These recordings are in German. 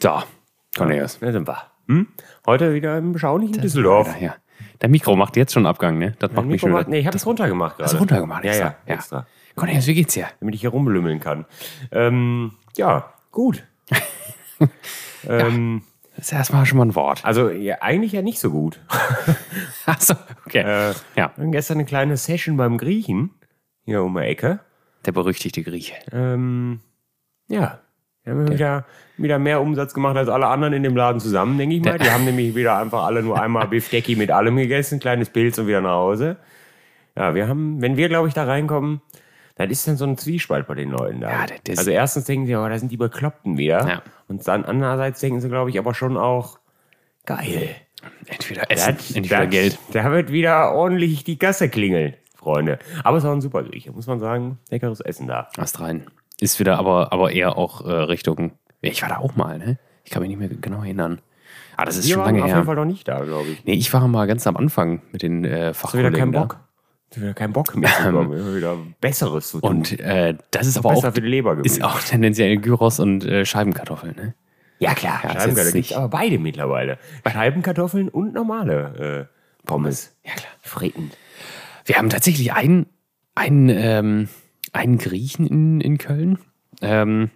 So, Cornelius. Da sind wir. Hm? Heute wieder im beschaulichen Düsseldorf. Ja, Dein Mikro macht jetzt schon Abgang, ne? Das macht Mein mich Mikro schon macht- wieder. nee, ich habe es runtergemacht gerade. Hast du runtergemacht? Ja, ja, extra? ja. extra. Cornelius, wie geht's dir? Damit ich hier rumlümmeln kann. Ähm, ja, gut. ähm, Das ist erstmal schon mal ein Wort. also ja, eigentlich ja nicht so gut. Achso, okay. Äh, ja, Wir hatten gestern eine kleine Session beim Griechen hier um die Ecke. der berüchtigte Grieche. Ähm, ja, wir haben wieder, wieder mehr Umsatz gemacht als alle anderen in dem Laden zusammen, denke ich mal. Die haben nämlich wieder einfach alle nur einmal Bifdecki mit allem gegessen, kleines Pilz und wieder nach Hause. Ja, wir haben, wenn wir, glaube ich, da reinkommen, dann ist dann so ein Zwiespalt bei den Leuten da. Ja, das ist- also erstens denken sie, oh, da sind die Bekloppten wieder. Ja. Und dann andererseits denken sie, glaube ich, aber schon auch, geil. Entweder Essen, Das- entweder das- Geld. Da wird wieder ordentlich die Gasse klingeln, Freunde. Aber es war ein super Grieche, muss man sagen. Leckeres Essen da. Ast rein. Ist wieder aber, aber eher auch äh, Richtung. Ich war da auch mal, ne? Ich kann mich nicht mehr genau erinnern. Ah, das ist Wir schon waren lange auf jeden Fall her. noch nicht da, glaube ich. Nee, ich war mal ganz am Anfang mit den äh, Fachkollegen. da. Hast wieder keinen Bock mehr zu kommen. Wir haben wieder Besseres zu tun. Ähm, Und äh, das ist aber Besser auch, für die Leber ist gewesen. auch tendenziell Gyros und äh, Scheibenkartoffeln, ne? Ja, klar. Ja, das ist Scheibenkartoffeln nicht- gibt's aber beide mittlerweile. Scheibenkartoffeln und normale äh, Pommes. Ja, klar. Fritten. Wir haben tatsächlich einen, einen, ähm, einen Griechen in, in Köln, ähm,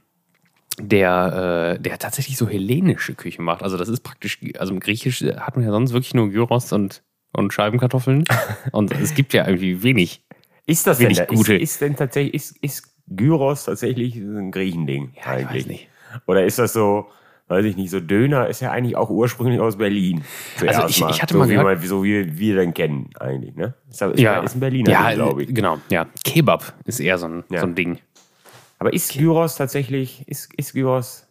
der, äh, der tatsächlich so hellenische Küche macht. Also das ist praktisch, also im Griechisch hat man ja sonst wirklich nur Gyros und, und Scheibenkartoffeln. und es gibt ja irgendwie wenig. Ist das Wenig denn gute. Ist, ist denn tatsächlich, ist, ist Gyros tatsächlich ein Griechending ich eigentlich? weiß nicht. Oder ist das so, weiß ich nicht, so Döner ist ja eigentlich auch ursprünglich aus Berlin. zuerst Also ich- ich hatte so mal wie gehört- man, so wie wir den kennen eigentlich, ne? Ist, ist, ist ein Berliner, ja, glaube ich. Genau, ja. Kebab ist eher so ein, Ja. so ein Ding. Aber ist Gyros tatsächlich, ist, ist Gyros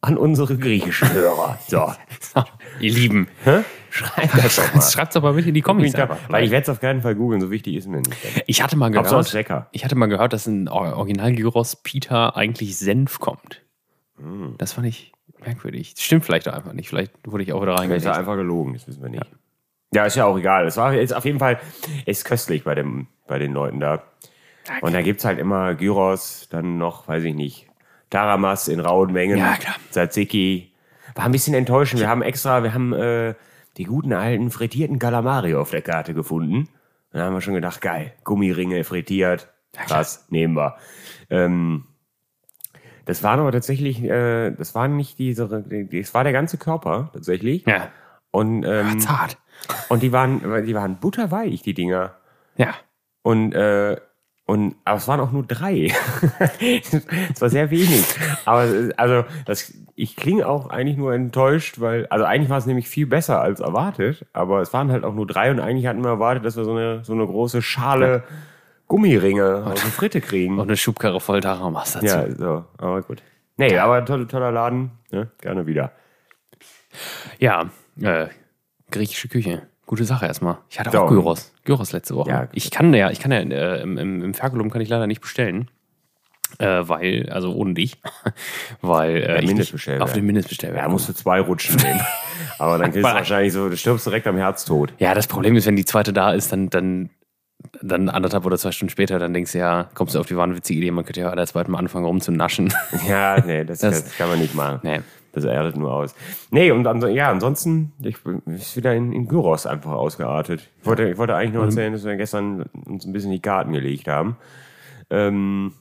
an unsere griechischen Hörer? So, So, ihr Lieben, schreibt das doch mal. schreibt es aber bitte in die Kommis. einfach. Weil ich werde es auf keinen Fall googeln, so wichtig ist mir nicht. Ich hatte mal Hauptsache gehört, es ist lecker. ich hatte mal gehört, dass in Or- Original Gyros Pita eigentlich Senf kommt. Das fand ich merkwürdig. Das stimmt vielleicht auch einfach nicht. Vielleicht wurde ich auch wieder Ist ja reingelegt. einfach gelogen, das wissen wir nicht. Ja, ist ja auch egal. Es war jetzt auf jeden Fall, ist köstlich bei, dem, bei den Leuten da. Und da gibt es halt immer Gyros, dann noch, weiß ich nicht, Taramas in rauen Mengen. Ja, klar. Tzatziki. War ein bisschen enttäuschend. Wir haben extra, wir haben äh, die guten alten frittierten Kalamari auf der Karte gefunden. Und da haben wir schon gedacht, geil, Gummiringe frittiert. Krass, nehmen wir. Ähm, das waren aber tatsächlich, äh, das waren nicht diese, das war der ganze Körper tatsächlich. Ja, Und, ähm, zart. und die waren, die waren butterweich, die Dinger. Ja. Und, äh, und, aber es waren auch nur drei. es war sehr wenig. Aber, es ist- also, das, ich klinge auch eigentlich nur enttäuscht, weil, also eigentlich war es nämlich viel besser als erwartet, aber es waren halt auch nur drei und eigentlich hatten wir erwartet, dass wir so eine, so eine große Schale Gummiringe aus der Fritte kriegen. Und eine Schubkarre voll Taramas dazu. ja, so, aber gut. Nee, aber toller, toller Laden, ne? gerne wieder. Ja, äh, griechische Küche. Gute Sache erstmal. Ich hatte So. auch Gyros. Gyros letzte Woche. Ja. Ich kann ja, ich kann ja äh, im, im, im Ferkulum kann ich leider nicht bestellen. Äh, weil, also ohne dich. weil äh, ich nicht Mindestbestellwert. auf den Mindestbestellwert. Da musst du zwei rutschen nehmen. aber dann kriegst du wahrscheinlich so, du stirbst direkt am Herztod. Ja, das Problem ist, wenn die zweite da ist, dann, dann, dann anderthalb oder zwei Stunden später, dann denkst du ja, kommst du auf die wahnwitzige Idee, man könnte ja an der zweiten mal anfangen rumzunaschen. Ja, nee, das, Das- das, kann man nicht machen. Nee. Das erdet nur aus. Nee, und anso- ja, ansonsten, ich bin ist wieder in, in Gyros einfach ausgeartet. Ich wollte, ich wollte eigentlich Mhm. nur erzählen, dass wir gestern uns ein bisschen die Karten gelegt haben. Ähm,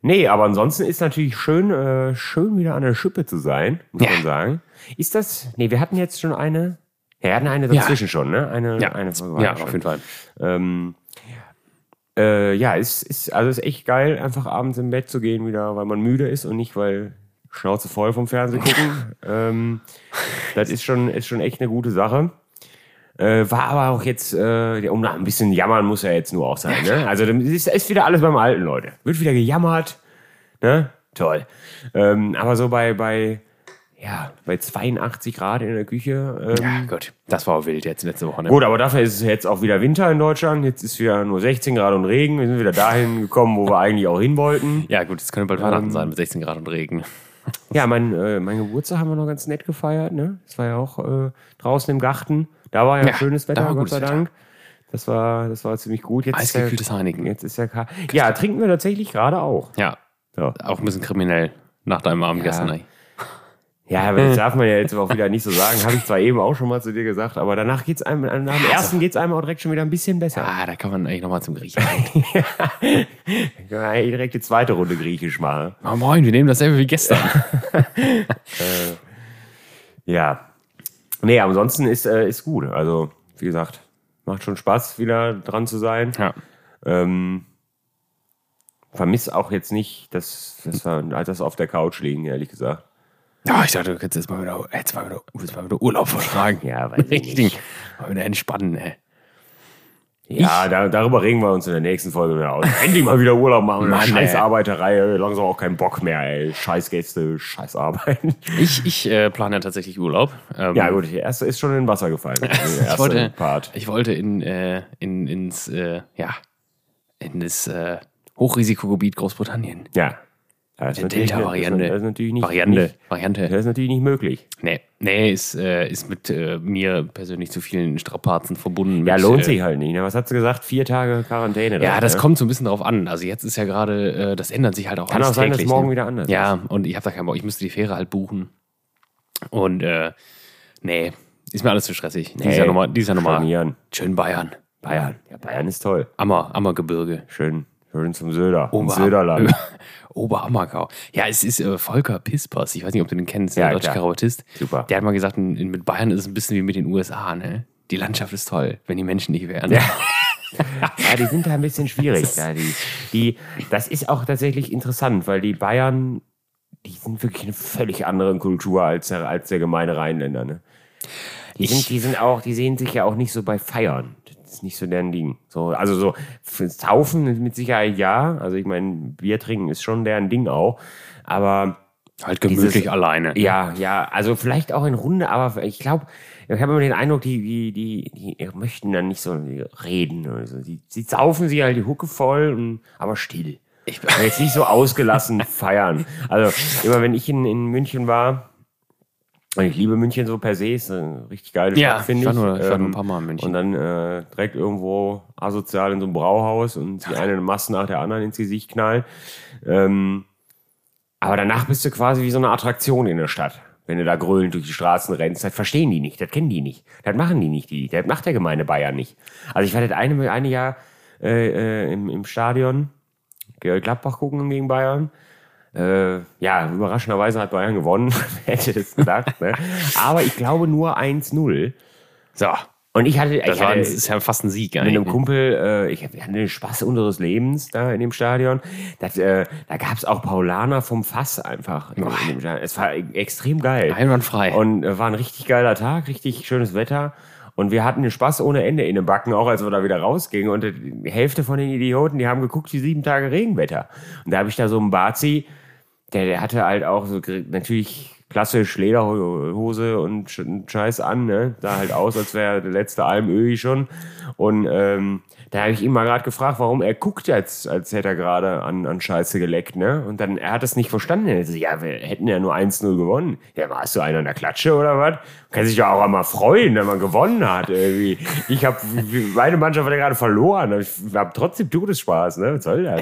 nee, aber ansonsten ist natürlich schön, äh, schön wieder an der Schippe zu sein, muss Ja. man sagen. Ist das, nee, wir hatten jetzt schon eine, ja, wir hatten eine Ja. dazwischen schon, ne? Eine, Ja, eine Folge war ja schon. auf jeden Fall. Ähm, äh, ja, es ist, also es ist echt geil, einfach abends im Bett zu gehen wieder, weil man müde ist und nicht, weil Schnauze voll vom Fernsehen gucken. ähm, das ist schon, ist schon echt eine gute Sache. Äh, war aber auch jetzt, äh, ja, um da ein bisschen jammern muss ja jetzt nur auch sein. Ne? Also dann ist, ist wieder alles beim Alten, Leute. Wird wieder gejammert. Ne? Toll. Ähm, aber so bei, bei, ja, bei 82 Grad in der Küche ähm, Ja, gut. Das war wild jetzt letzte Woche. Ne? Gut, aber dafür ist es jetzt auch wieder Winter in Deutschland. Jetzt ist wieder nur 16 Grad und Regen. Wir sind wieder dahin gekommen, wo wir eigentlich auch hin wollten. Ja, gut, es könnte Ähm, bald Weihnachten sein mit 16 Grad und Regen. Ja, mein, äh, mein Geburtstag haben wir noch ganz nett gefeiert. Ne? Das war ja auch äh, draußen im Garten. Da war ja, Ja, schönes da Wetter, war Gott gutes sei Wetter. Dank. Das war, das war ziemlich gut. Jetzt ist ja- Eisgekühltes Heineken. Jetzt ist ja kalt. Ja, trinken wir tatsächlich gerade auch. Ja, So. auch ein bisschen kriminell nach deinem Abend gestern. Ey. Ja, aber das darf man ja jetzt auch wieder nicht so sagen. Habe ich zwar eben auch schon mal zu dir gesagt, aber danach geht's einem, nach dem ersten geht's einem auch direkt schon wieder ein bisschen besser. Ah, da kann man eigentlich nochmal zum Griechen. Dann können wir eigentlich direkt die zweite Runde Griechisch machen. oh, moin, wir nehmen dasselbe wie gestern. Ja. Nee, ansonsten ist, äh, ist gut. Also, wie gesagt, macht schon Spaß, wieder dran zu sein. Ja. Ähm, vermiss auch jetzt nicht, dass, dass wir das auf der Couch liegen, ehrlich gesagt. Ja, ich dachte, du kannst jetzt mal wieder, äh, jetzt mal wieder, jetzt mal wieder Urlaub vertragen. Ja, weiß ich richtig. Mal wieder entspannen, ey. Ja, da, darüber regen wir uns in der nächsten Folge wieder aus. Endlich mal wieder Urlaub machen. Mann, scheiß ey. Arbeiterei, ey. langsam auch keinen Bock mehr, ey. Scheiß Gäste, scheiß Arbeiten. Ich, ich äh, plane ja tatsächlich Urlaub. Ähm, Ja, gut, der erste ist schon in Wasser gefallen. Also, Der Ich erste wollte, Part. ich wollte in, äh, in, ins, äh, ja, in das äh, Hochrisikogebiet Großbritannien. Ja. Das ist Der natürlich- Delta-Variante. Das ist natürlich nicht, Variante. Nicht, Variante. das ist natürlich nicht möglich. Nee, nee ist, äh, ist mit äh, mir persönlich zu vielen Strapazen verbunden. Mit, Ja, lohnt äh, sich halt nicht. Ne? Was hat sie gesagt? Vier Tage Quarantäne. Ja, dann, das ne? kommt so ein bisschen drauf an. Also jetzt ist ja gerade, äh, das ändert sich halt auch Kann alles auch sein, dass täglich, morgen ne? wieder anders Ja, und ich habe da keinen Bock. Ich müsste die Fähre halt buchen. Und äh, nee, ist mir alles zu stressig. Nee, dieser Nummer, dieser Nummer. Schonieren. Schön Bayern. Bayern. Ja, Bayern ist toll. Ammer, Ammergebirge. Schön, schön zum Söder. Ins Ober- Söderland. Oberammergau. Ja, es ist äh, Volker Pispers. Ich weiß nicht, ob du den kennst, Ja, der deutsche klar. Kabarettist. Super. Der hat mal gesagt, in, in, mit Bayern ist es ein bisschen wie mit den USA, ne? Die Landschaft ist toll, wenn die Menschen nicht wären. Ja, die sind da ein bisschen schwierig. Da die, die, das ist auch tatsächlich interessant, weil die Bayern, die sind wirklich eine völlig andere Kultur als der, als der gemeine Rheinländer. Ne? Die, sind, die sind auch, die sehen sich ja auch nicht so bei Feiern. Das ist nicht so deren Ding. So, also so fürs Taufen ist mit Sicherheit ja. Also ich meine, Bier trinken ist schon deren Ding auch. Aber Halt gemütlich Dieses- alleine. ja, ja, also vielleicht auch in Runde, aber ich glaube, ich habe immer den Eindruck, die, die, die, die möchten dann nicht so reden oder so. Die, die saufen sich halt die Hucke voll, und, aber still. Ich- Und jetzt nicht so ausgelassen feiern. Also immer wenn ich in, in München war, und ich liebe München so per se, ist eine richtig geile Stadt, Ja, finde ich ich. Ähm, war nur- ich war nur ein paar Mal in München. Und dann äh, direkt irgendwo asozial in so einem Brauhaus und die eine Masse nach der anderen ins Gesicht knallen. Ähm, aber danach bist du quasi wie so eine Attraktion in der Stadt. Wenn du da grölend durch die Straßen rennst, das verstehen die nicht, das kennen die nicht, das machen die nicht, die, das macht der gemeine Bayern nicht. Also ich war das eine, eine Jahr äh, äh, im, im Stadion äh, Gladbach gucken gegen Bayern. Äh, ja, überraschenderweise hat Bayern gewonnen, wer hätte das gedacht. Ne? Aber ich glaube nur 1-0. So, Und ich hatte, das, ich war, hatte das ist ja fast ein Sieg. mit einem eigentlich. Kumpel, äh, ich hab- wir hatten den Spaß unseres Lebens da in dem Stadion. Das, äh, da gab's auch Paulaner vom Fass einfach. In, in dem Stadion. Es war e, extrem geil. Einwandfrei. Und äh, war ein richtig geiler Tag, richtig schönes Wetter. Und wir hatten den Spaß ohne Ende in den Backen, auch als wir da wieder rausgingen. Und äh, die Hälfte von den Idioten, die haben geguckt wie sieben Tage Regenwetter. Und da habe ich da so einen Bazi, der, der hatte halt auch so gr- natürlich klassisch Lederhose und Sch- und Scheiß an, ne? Sah halt aus, als wäre der letzte Almöhi schon. Und ähm, da habe ich ihn mal gerade gefragt, warum er guckt jetzt, als hätte er gerade an, an Scheiße geleckt, ne? Und dann, er hat das nicht verstanden. Er so, ja, wir hätten ja nur 1-0 gewonnen. Ja, warst du einer in der Klatsche oder was? Kann sich ja auch einmal freuen, wenn man gewonnen hat, irgendwie. Ich habe, meine Mannschaft hat ja gerade verloren. aber Ich habe trotzdem Todesspaß, ne? Was soll das?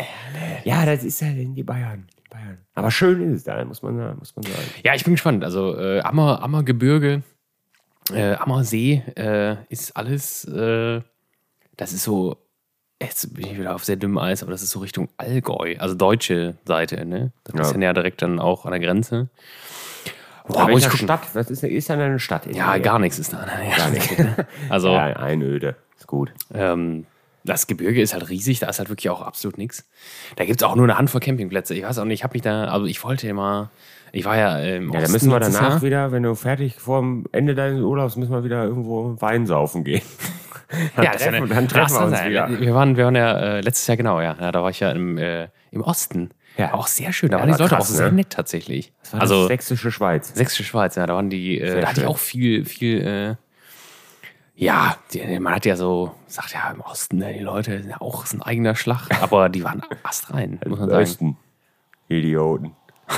Ja, das ist ja in die Bayern. die Bayern. Aber schön ist es da, muss man sagen. Muss man sagen. Ja, ich bin gespannt. Also äh, Ammer, Ammergebirge, äh, Ammersee äh, ist alles, äh, das ist so, jetzt bin ich wieder auf sehr dünnem Eis, aber das ist so Richtung Allgäu, also deutsche Seite, ne? Das ist ja näher direkt dann auch an der Grenze. Boah, Aber muss ist ich eine gucken. Stadt, das ist, ist dann eine Stadt. Ja, gar nichts ist da. Gar nichts. Also, Ja, Einöde. Ist gut. ähm, das Gebirge ist halt riesig, da ist halt wirklich auch absolut nichts. Da gibt es auch nur eine Handvoll Campingplätze. Ich weiß auch nicht, ich habe mich da, also ich wollte immer, ich war ja im Ja, dann Osten müssen wir letztes danach Jahr. wieder, wenn du fertig vor dem Ende deines Urlaubs, müssen wir wieder irgendwo Wein saufen gehen. Dann Ja, das ist ja treffen, eine- dann treffen Ach, wir uns das- wieder. Wir waren, wir waren ja äh, letztes Jahr, genau, ja. ja. Da war ich ja im, äh, im Osten. Ja. Auch sehr schön. Da waren war die Leute krass, auch sehr ne? nett tatsächlich. Das also sächsische Schweiz. Sächsische Schweiz, ja, da waren die, äh, da hatte ich schön. auch viel, viel, äh, ja, die, man hat ja so, sagt ja, im Osten, ne, die Leute sind ja auch ist ein eigener Schlag, aber die waren astrein, muss man sagen. Osten. Idioten.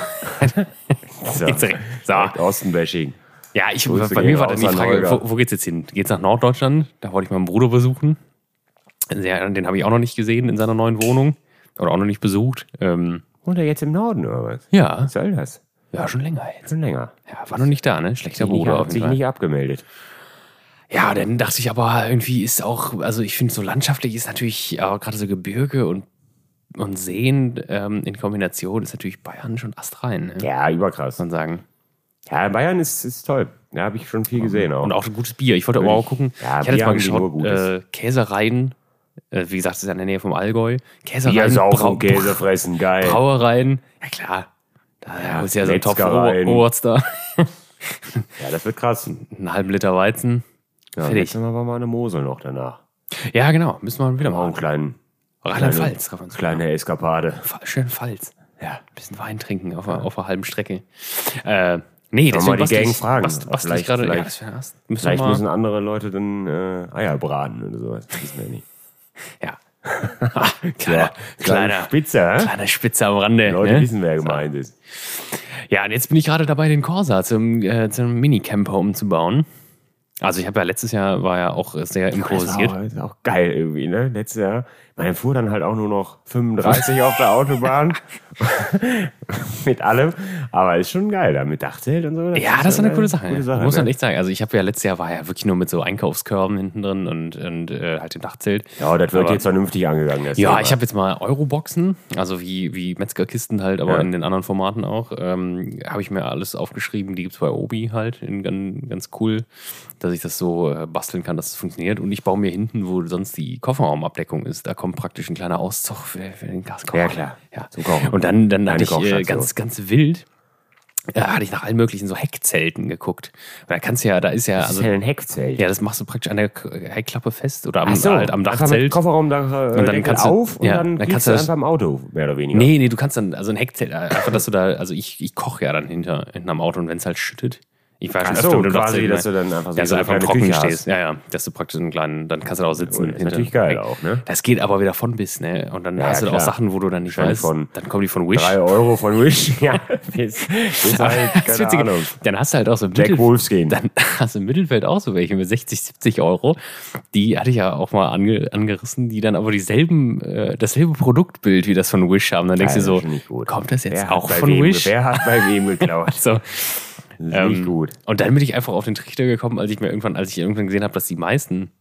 so. Geht's direkt. So. Direkt Ostenbashing. Ja, ich, Grüße bei mir gehen war dann die raus an Frage, Holger. wo, wo geht's jetzt hin? Geht's nach Norddeutschland? Da wollte ich meinen Bruder besuchen. Der, den habe ich auch noch nicht gesehen in seiner neuen Wohnung oder auch noch nicht besucht. Ähm, Wohnt er jetzt im Norden oder was? ja, Was soll das? Ja, schon länger jetzt. Schon länger. Ja, war noch nicht da, ne? Schlechter Hat sich nicht- Bruder hat auf sich jeden Fall. nicht abgemeldet. Ja, dann dachte ich aber, irgendwie ist auch, also ich finde so landschaftlich ist natürlich auch gerade so Gebirge und, und Seen ähm, in Kombination ist natürlich Bayern schon astrein, ne? Muss Ja, überkrass. man sagen. Ja, Bayern ist, ist toll. Da habe ich schon viel gesehen auch. Und auch ein gutes Bier. Ich wollte aber auch gucken, Ja, ich hatte Bier jetzt mal haben die nur geschaut, Gutes. äh, Käsereien, äh, wie gesagt, das ist ja in der Nähe vom Allgäu. Käsereien, Bier Brau- saufen, also Käse fressen, geil. Brauereien, ja klar. Da ja, holst du ja so einen Topf Metzgereien. O- Oberst da, Ja, das wird krass. einen halben Liter Weizen. Ja, Fertig. jetzt haben wir aber mal eine Mosel noch danach. Ja, genau, müssen wir wieder Auch mal. einen kleinen, also Rheinland-Pfalz, kann man sagen. kleine Eskapade. Pf- Schön Pfalz. Ja. Ein bisschen Wein trinken auf, einer- auf einer halben Strecke. Äh, nee, Sollen deswegen wir die bastel Gang ich, fragen? bastel, bastel ich Vielleicht- gerade. Ja, vielleicht- das wär erst. Müssen wir Vielleicht mal, müssen andere Leute dann äh, Eier braten oder sowas. Das wissen wir nicht. ja. Ah, kleiner, Kleine kleiner, Spitze, hä? kleiner Spitze am Rande. Leute ne? wissen, wer gemeint ist. Ja, und jetzt bin ich gerade dabei, den Corsa zum, äh, zum Minicamper umzubauen. Also ich habe ja letztes Jahr, war ja auch sehr improvisiert. Das ist auch- ist auch geil irgendwie, ne? Letztes Jahr. Man fuhr dann halt auch nur noch 35 auf der Autobahn. mit allem. Aber ist schon geil, da mit Dachzelt und so. Ja, das ist eine coole Sache. Gute Muss man ne? echt sagen. Also ich habe ja letztes Jahr war ja wirklich nur mit so Einkaufskörben hinten drin und, und äh, halt dem Dachzelt. Ja, das wird Aber- jetzt vernünftig angegangen. Das Ja, Thema. ich habe jetzt mal Euroboxen, also wie, wie Metzgerkisten halt, aber Ja. in den anderen Formaten auch, ähm, habe ich mir alles aufgeschrieben. Die gibt's bei Obi halt, in, ganz, ganz cool, dass ich das so äh, basteln kann, dass es funktioniert. Und ich baue mir hinten, wo sonst die Kofferraumabdeckung ist, da kommt praktisch ein kleiner Auszug für, für den Gaskocher. Ja, klar. Ja. Zum Kochen. Und dann, dann hatte Eine ich äh, Kochstation. ganz, ganz wild, äh, hatte ich nach allen möglichen so Heckzelten geguckt. Und da kannst du ja, da ist ja, Das also, ist ja ein Heckzelt. ja, das machst du praktisch an der K- Heckklappe fest oder am, Ach so, halt am einfach mit Dachzelt. Kofferraum da, äh, Und dann Deckel kannst du- auf und ja, dann, dann liegst kannst du du das- einfach im Auto, mehr oder weniger. Nee, nee, du kannst dann, also ein Heckzelt, äh, einfach, dass du da, also ich, ich koche ja dann hinter, hinten am Auto und wenn es halt schüttet. Ich war schon Ach öfter so, mit dem quasi, Dachzelt, dass ne? du dann einfach so ja, so eine einfach im kleine Trockenen Küche hast. stehst. Ja, ja, dass du praktisch einen kleinen, dann kannst du da auch sitzen. das ist hinter- natürlich geil auch, ne? Das geht aber wieder von bis, ne? Und dann Ja, hast du da auch klar. Sachen, wo du dann nicht Wahrscheinlich weißt. von dann kommen die von Wish. 3 Euro von Wish. ja, bis, bis halt, Das keine Witzige, Ahnung. Dann hast du halt auch so im Jack Mittelf- Wolfskin. Dann hast du im Mittelfeld auch so welche mit 60, 70 Euro. Die hatte ich ja auch mal ange, angerissen, die dann aber dieselben, äh, dasselbe Produktbild wie das von Wish haben. Dann denkst Ja, du so, das ist nicht gut. kommt das jetzt Wer hat auch bei von wem, Wish? Wer hat bei wem geklaut? So. Das ist Ähm, nicht gut. Und dann bin ich einfach auf den Trichter gekommen, als ich mir irgendwann, als ich irgendwann gesehen habe, dass die meisten,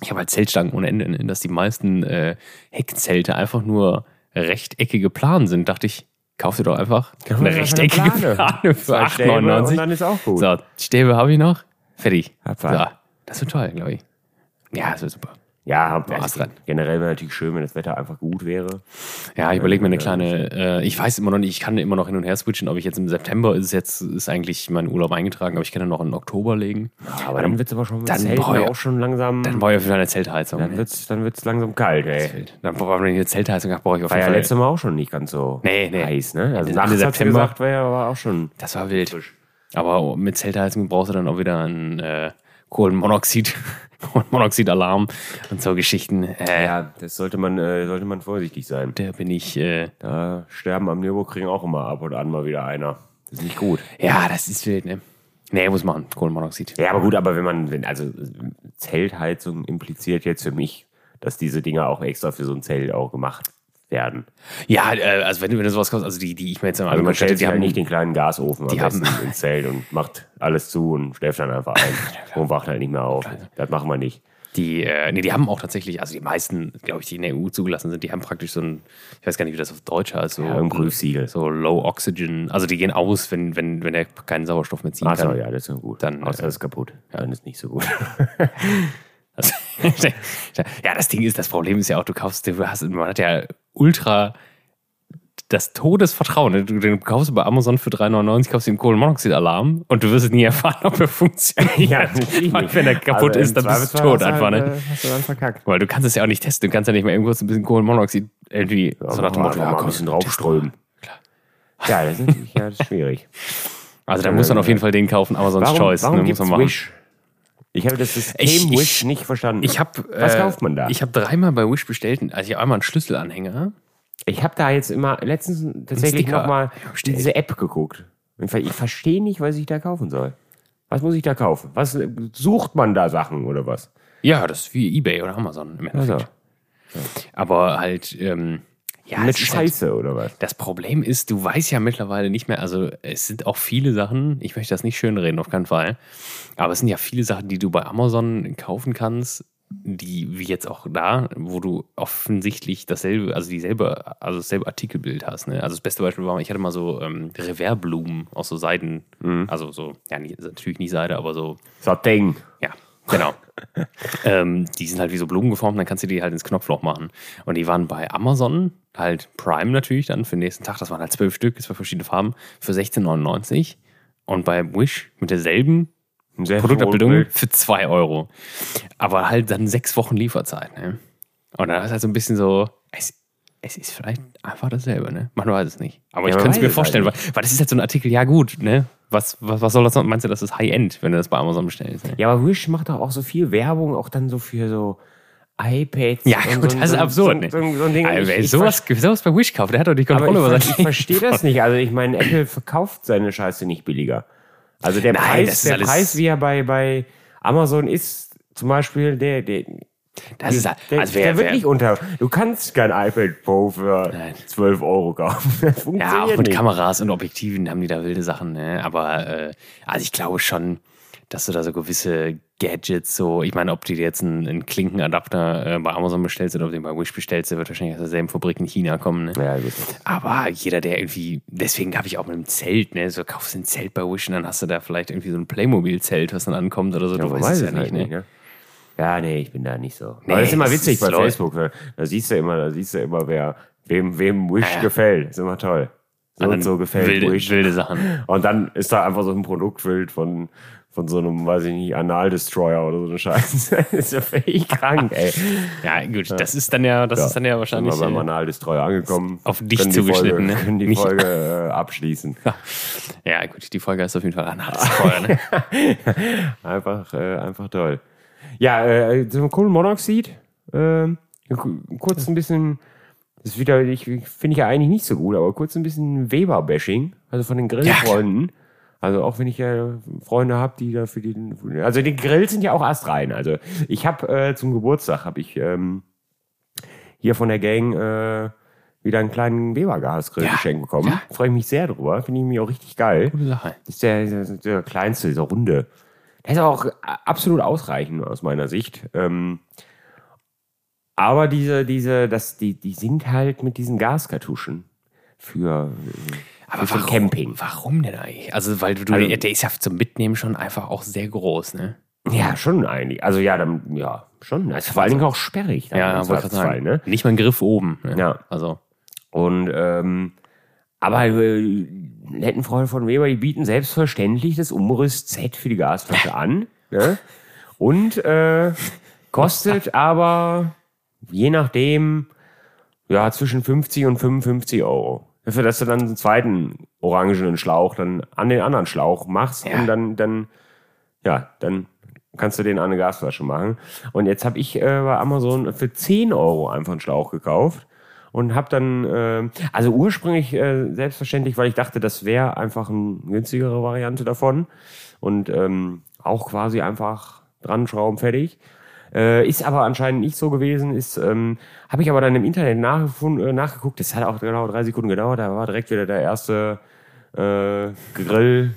ich habe halt Zeltstangen ohne Ende, ne, dass die meisten äh, Heckzelte einfach nur rechteckige Planen sind, dachte ich, kauf dir doch einfach Kauf eine dir einfach rechteckige eine Plane, für Plane. Zwei Stäbe und 8,99. dann ist auch gut. So, Stäbe habe ich noch, fertig. Abfahrt. So, das wird toll, glaube ich. Ja, das wird super. Ja, hab- hast also, dran. generell wäre natürlich schön, wenn das Wetter einfach gut wäre. Ja, ich überlege mir eine kleine, äh, ich weiß immer noch nicht, ich kann immer noch hin und her switchen, ob ich jetzt im September ist, jetzt ist eigentlich mein Urlaub eingetragen, aber ich kann dann noch in Oktober legen. Aber dann wird es aber schon mit dann Zelten brauch ich- auch schon langsam. Dann brauche ich auf jeden Fall eine Zeltheizung. Dann wird's, dann wird's langsam kalt, ey. Bild. Dann brauche ich eine Zeltheizung, brauche ich auf War jeden ja Fall. letztes Mal auch schon nicht ganz so Nee, nee. heiß, ne? Also Ende nachts hat's September. gesagt, war ja aber auch schon. das war wild. Aber mit Zeltheizung brauchst du dann auch wieder einen äh, Kohlenmonoxid, Kohlenmonoxid-Alarm und so Geschichten. Äh, Ja, das sollte man, äh, sollte man vorsichtig sein. Da bin ich, äh, Da sterben am Nürburgring auch immer ab und an mal wieder einer. Das ist nicht gut. ja, das ist wild, ne? Nee, muss man, Kohlenmonoxid. Ja, aber gut, aber wenn man, wenn, also äh, Zeltheizung impliziert jetzt für mich, dass diese Dinger auch extra für so ein Zelt auch gemacht werden. Ja, äh, also wenn, wenn du sowas kaufst, also die, die ich mir jetzt einmal Also angeguckt man hatte, stellt die sich haben halt nicht den kleinen Gasofen am die haben- besten ins Zelt und macht alles zu und schläft dann einfach ein und wacht halt nicht mehr auf. Das machen wir nicht. Die, äh, nee, die haben auch tatsächlich, also die meisten, glaube ich, die in der EU zugelassen sind, die haben praktisch so ein, ich weiß gar nicht, wie das auf Deutsch heißt, so, Ja, ein Prüfsiegel. so Low Oxygen, also die gehen aus, wenn, wenn, wenn der keinen Sauerstoff mehr ziehen Ach so, kann. ja, das ist gut. dann, Außer äh, es ist kaputt. Dann ist nicht so gut. Also, ja, das Ding ist, das Problem ist ja auch, du kaufst, du hast, man hat ja ultra das Todesvertrauen. ne? Du, du kaufst bei Amazon für 3,99 kaufst du den Kohlenmonoxid-Alarm und du wirst es nie erfahren, ob er funktioniert. natürlich Weil nicht. Also wenn er kaputt im ist, dann bist du Zweifelsfall tot hast einfach, Halt, ne? äh, hast du dann verkackt. Weil du kannst es ja auch nicht testen. Du kannst ja nicht mal irgendwo so ein bisschen Kohlenmonoxid irgendwie so nach dem Motto, ja, mal ein komm, bisschen draufströmen. Ja, das ist natürlich ja, das ist schwierig. Also da muss man auf jeden Fall den kaufen, Amazon's Äh, Warum, Choice. warum ne, muss gibt's man machen. Wish? Ich habe das System Ich- ich- Wish nicht verstanden. Ich habe Was kauft man da? Ich habe dreimal bei Wish bestellt, also ich habe einmal einen Schlüsselanhänger. Ich habe da jetzt immer letztens tatsächlich Sticker. nochmal Ja, bestellt. diese App geguckt. Und Ich verstehe nicht, was ich da kaufen soll. Was muss ich da kaufen? Was äh, sucht man da Sachen oder was? Also, Ja, das ist wie eBay oder Amazon im Endeffekt. Also, Aber halt, ähm, Ja, mit es ist halt- Scheiße oder was? Das Problem ist, du weißt ja mittlerweile nicht mehr, also es sind auch viele Sachen, ich möchte das nicht schönreden, auf keinen Fall, aber es sind ja viele Sachen, die du bei Amazon kaufen kannst, die wie jetzt auch da, wo du offensichtlich dasselbe, also dieselbe, also dasselbe Artikelbild hast. Ne? Also das beste Beispiel war, ich hatte mal so ähm, Reverblumen aus so Seiden, also so, ja, nicht, natürlich nicht Seide, aber so So ein Ding. ja, genau. ähm, die sind halt wie so Blumen geformt, dann kannst du die halt ins Knopfloch machen. Und die waren bei Amazon, halt Prime natürlich, dann für den nächsten Tag, das waren halt zwölf Stück, zwölf verschiedene Farben, für 16,99. Und bei Wish mit derselben Ein sehr Produktabbildung hohes für 2 Euro. Aber halt dann sechs Wochen Lieferzeit. Ne? Und dann ist halt so ein bisschen so, es, es ist vielleicht einfach dasselbe. Ne? Man weiß es nicht. Aber Ja, ich man könnte es weiß mir es vorstellen, halt weil, weil das ist halt so ein Artikel, ja gut, ne? Was, was, was soll das? noch? Meinst du, das ist High-End, wenn du das bei Amazon bestellst? Ne? Bild. Ja, aber Wish macht doch auch so viel Werbung, auch dann so für so iPads. Ja, und gut, so, das ist so, absurd. So, ne? so, so, so ein Ding. Also, Ich- wer ich sowas, sowas bei Wish kauft, der hat doch die Aber Kontrolle über ich, sein ich verstehe das nicht. Also ich meine, Apple verkauft seine Scheiße nicht billiger. Also der Nein, das Preis, ist der alles- Preis, wie er bei, bei Amazon ist, zum Beispiel, der, der, Das ist halt, der, also der wer, wird nicht wer, unter. Du kannst kein iPad Pro für Nein. 12 Euro kaufen. Das funktioniert ja, auch mit nicht. Kameras und Objektiven haben die da wilde Sachen, ne? Aber äh, also ich glaube schon, dass du da so gewisse Gadgets so, ich meine, ob du dir jetzt einen, einen Klinkenadapter äh, bei Amazon bestellst oder ob du den bei Wish bestellst, der wird wahrscheinlich aus derselben Fabrik in China kommen, ne? Ja, gut. Aber jeder, der irgendwie, deswegen habe ich auch mit einem Zelt, ne? So kaufst du ein Zelt bei Wish und dann hast du da vielleicht irgendwie so ein Playmobil-Zelt, was dann ankommt oder so. Ja, du man weißt es ja nicht, ne? ne? Ja, nee, ich bin da nicht so. Nee, Aber das ist immer das witzig ist bei Leute. Facebook. ne? Da siehst du immer, da siehst du immer, wer, wem, wem Wish Ja, ja. gefällt. Ist immer toll. So und, dann so gefällt wilde, Wish. wilde Sachen. Und dann ist da einfach so ein Produktbild von, von so einem, weiß ich nicht, Anal-Destroyer oder so eine Scheiße. Das ist ja völlig krank, ey. Ja, gut, das ist dann ja, das Ja, ist dann ja wahrscheinlich. Sind wir beim äh, Anal-Destroyer angekommen. auf dich Können die zugeschnitten, Folge, ne? Können die Nicht- Folge äh, abschließen. äh, Ja, gut, die Folge ist auf jeden Fall ein hartes Feuer, ne? Einfach, äh, einfach toll. Ja, äh, zum Kohlenmonoxid. ähm, ku- kurz ein bisschen, das ist wieder, ich finde ich ja eigentlich nicht so gut, aber kurz ein bisschen Weber-Bashing, also von den Grillfreunden. Also auch wenn ich ja Freunde habe, die da für den, also die Grills sind ja auch astrein. Also ich habe äh, zum Geburtstag habe ich ähm, hier von der Gang äh, wieder einen kleinen Weber-Gasgrill Ja. geschenkt bekommen. Ja. Freue ich mich sehr drüber, finde ich mich auch richtig geil. Gute Sache. Das ist der, der, der kleinste, dieser runde. Der ist auch äh, absolut ausreichend aus meiner Sicht. Ähm, aber diese, diese, das, die, die sind halt mit diesen Gaskartuschen für, Aber für Camping. Warum denn eigentlich? Also, weil du, Also- der ist ja zum Mitnehmen schon einfach auch sehr groß, ne? Ja, schon eigentlich. Also ja, dann, ja, schon. Also vor allen Dingen auch sperrig. dann im wollte ich grad Zweifelsfall, ne? Nicht mal ein Griff oben. Ne? Ja. Also, Und ähm, aber äh, netten Freunde von Weber, die bieten selbstverständlich das Umriss Z für die Gasflasche an. Ne? Und äh, kostet aber je nachdem ja zwischen 50 und 55 Euro. Dafür, dass du dann einen zweiten orangenen Schlauch dann an den anderen Schlauch machst Ja. und dann, dann, ja, dann kannst du den an eine Gasflasche machen. Und jetzt habe ich äh, bei Amazon für 10 Euro einfach einen Schlauch gekauft und habe dann, äh, also ursprünglich äh, selbstverständlich, weil ich dachte, das wäre einfach eine günstigere Variante davon und ähm, auch quasi einfach dran schrauben, fertig. Äh, ist aber anscheinend nicht so gewesen. Ist, ähm, habe ich aber dann im Internet nachgefun- äh, nachgeguckt. Das hat auch genau drei Sekunden gedauert. Da war direkt wieder der erste äh, Grill.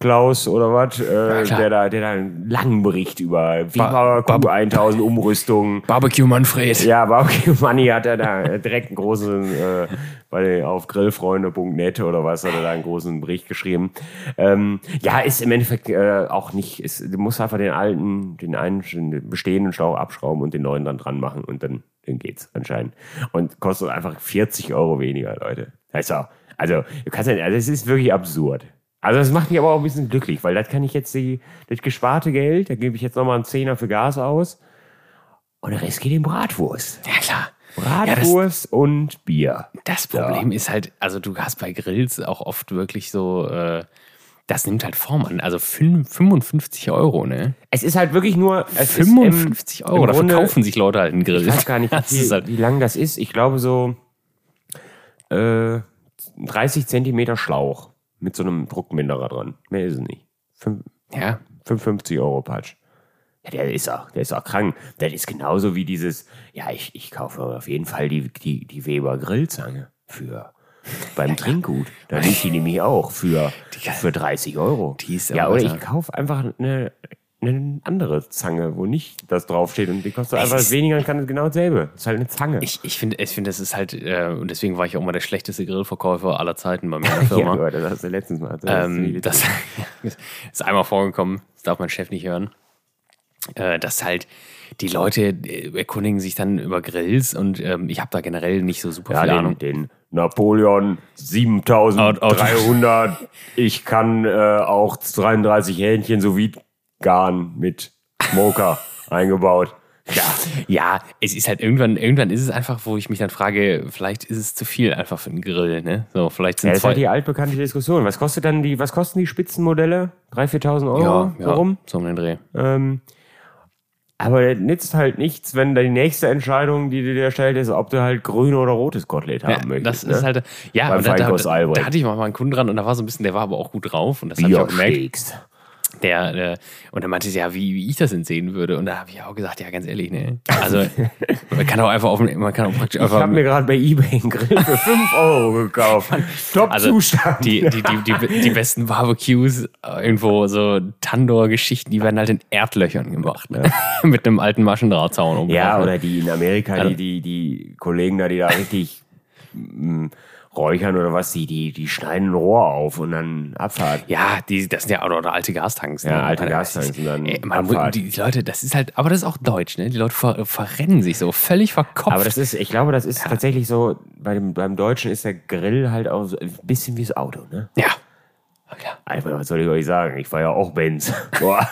Klaus oder was, äh, klar. der, da, der da einen langen Bericht über Ba- Viva Q1000 Umrüstung. Barbecue Manfred. Ja, Barbecue Money hat er da direkt einen großen, äh, bei, auf grillfreunde.net oder was, hat er da einen großen Bericht geschrieben. Ähm, ja, ist im Endeffekt äh, auch nicht, ist, du musst einfach den alten, den einen den bestehenden Schlauch abschrauben und den neuen dann dran machen und dann, dann geht's anscheinend. Und kostet einfach 40 Euro weniger, Leute. Das ist auch, also, du kannst ja, also, es ist wirklich absurd. Also das macht mich aber auch ein bisschen glücklich, weil das kann ich jetzt die, das gesparte Geld, da gebe ich jetzt nochmal einen Zehner für Gas aus und der Rest geht in Bratwurst. Ja, klar. Bratwurst und Bier. Das Problem ist halt, also du hast bei Grills auch oft wirklich so, äh, das nimmt halt Form an. Also fün- 55 Euro, ne? Es ist halt wirklich nur. Es ist im- 55 im Euro. Da Grunde- verkaufen sich Leute halt einen Grill. Ich weiß gar nicht, wie, Das ist viel, halt, wie lang das ist. Ich glaube so äh, 30 Zentimeter Schlauch mit so einem Druckminderer dran. Mehr ist es nicht. Fünf- ja. 55 Euro Patsch. Ja, der ist auch, der ist auch krank. Das ist genauso wie dieses, ja, ich, ich kaufe auf jeden Fall die, die, die Weber Grillzange für beim Trinkgut. Da liegt die nämlich auch für, für 30 Euro. Die ist ja, aber oder ich teuer. kaufe einfach eine, eine andere Zange, wo nicht das draufsteht und die kostet einfach ist- weniger und kann genau dasselbe. Ist halt eine Zange. Ich, ich finde, ich find, das ist halt, äh, und deswegen war ich auch mal der schlechteste Grillverkäufer aller Zeiten bei meiner ja, Firma. aber das hast du letztens mal. erzählt. Das ist Ähm, ziemlich das ist einmal vorgekommen, das darf mein Chef nicht hören. Äh, dass halt die Leute äh, erkundigen sich dann über Grills und ähm, ich habe da generell nicht so super Ja, viel den, Ahnung. den Napoleon 7300. Out, Ich kann äh, auch 33 Hähnchen sowie Garn mit Smoker eingebaut. Ja, Ja, es ist halt irgendwann, irgendwann ist es einfach, wo ich mich dann frage, vielleicht ist es zu viel einfach für einen Grill, ne? So, vielleicht sind das ist zwei. halt die altbekannte Diskussion. Was kostet dann die, was kosten die Spitzenmodelle? 3.000, 4.000 Euro? ja, ja, Warum? So um den Dreh. Ähm, aber das nützt halt nichts, wenn die nächste Entscheidung, die du dir stellst, ist, ob du halt grüne oder rotes Kotelett haben Ja, das möchtest. ist ne? halt, ja, Beim und da, da, Feinkost da, Albrecht. da hatte ich mal einen Kunden dran und da war so ein bisschen, der war aber auch gut drauf und das habe ich auch gemerkt. Biersteaks. Der, äh, und er meinte, ja, wie, wie ich das denn sehen würde. Und da habe ich auch gesagt, ja, ganz ehrlich, ne? Also, man kann auch einfach auf, man kann auch praktisch Ich habe einfach. mir gerade bei eBay einen Grill für 5 Euro gekauft. Top Also, Zustand. die, die, die, die, die besten Barbecues, äh, irgendwo so Tandoor-Geschichten, die werden halt in Erdlöchern gemacht, ne? Mit einem alten Maschendrahtzaun umgebracht. ja, ne? oder die in Amerika, Also- die, die, die Kollegen da, die da richtig mm, räuchern oder was, die, die, die schneiden ein Rohr auf und dann Abfahrt. Ja, die, das sind ja oder, oder alte ne? Gastanks. Ja, alte Man- Gastanks und dann Ey, man, muss- Abfahrt. die, die Leute, das ist halt, aber das ist auch deutsch, ne? Die Leute ver, verrennen sich so völlig verkopft. Aber das ist, ich glaube, das ist tatsächlich so, bei dem, beim Deutschen ist der Grill halt auch so ein bisschen wie das Auto, ne? ja. Ja, klar. Einfach, was soll ich euch sagen? Ich war ja auch Benz. Boah.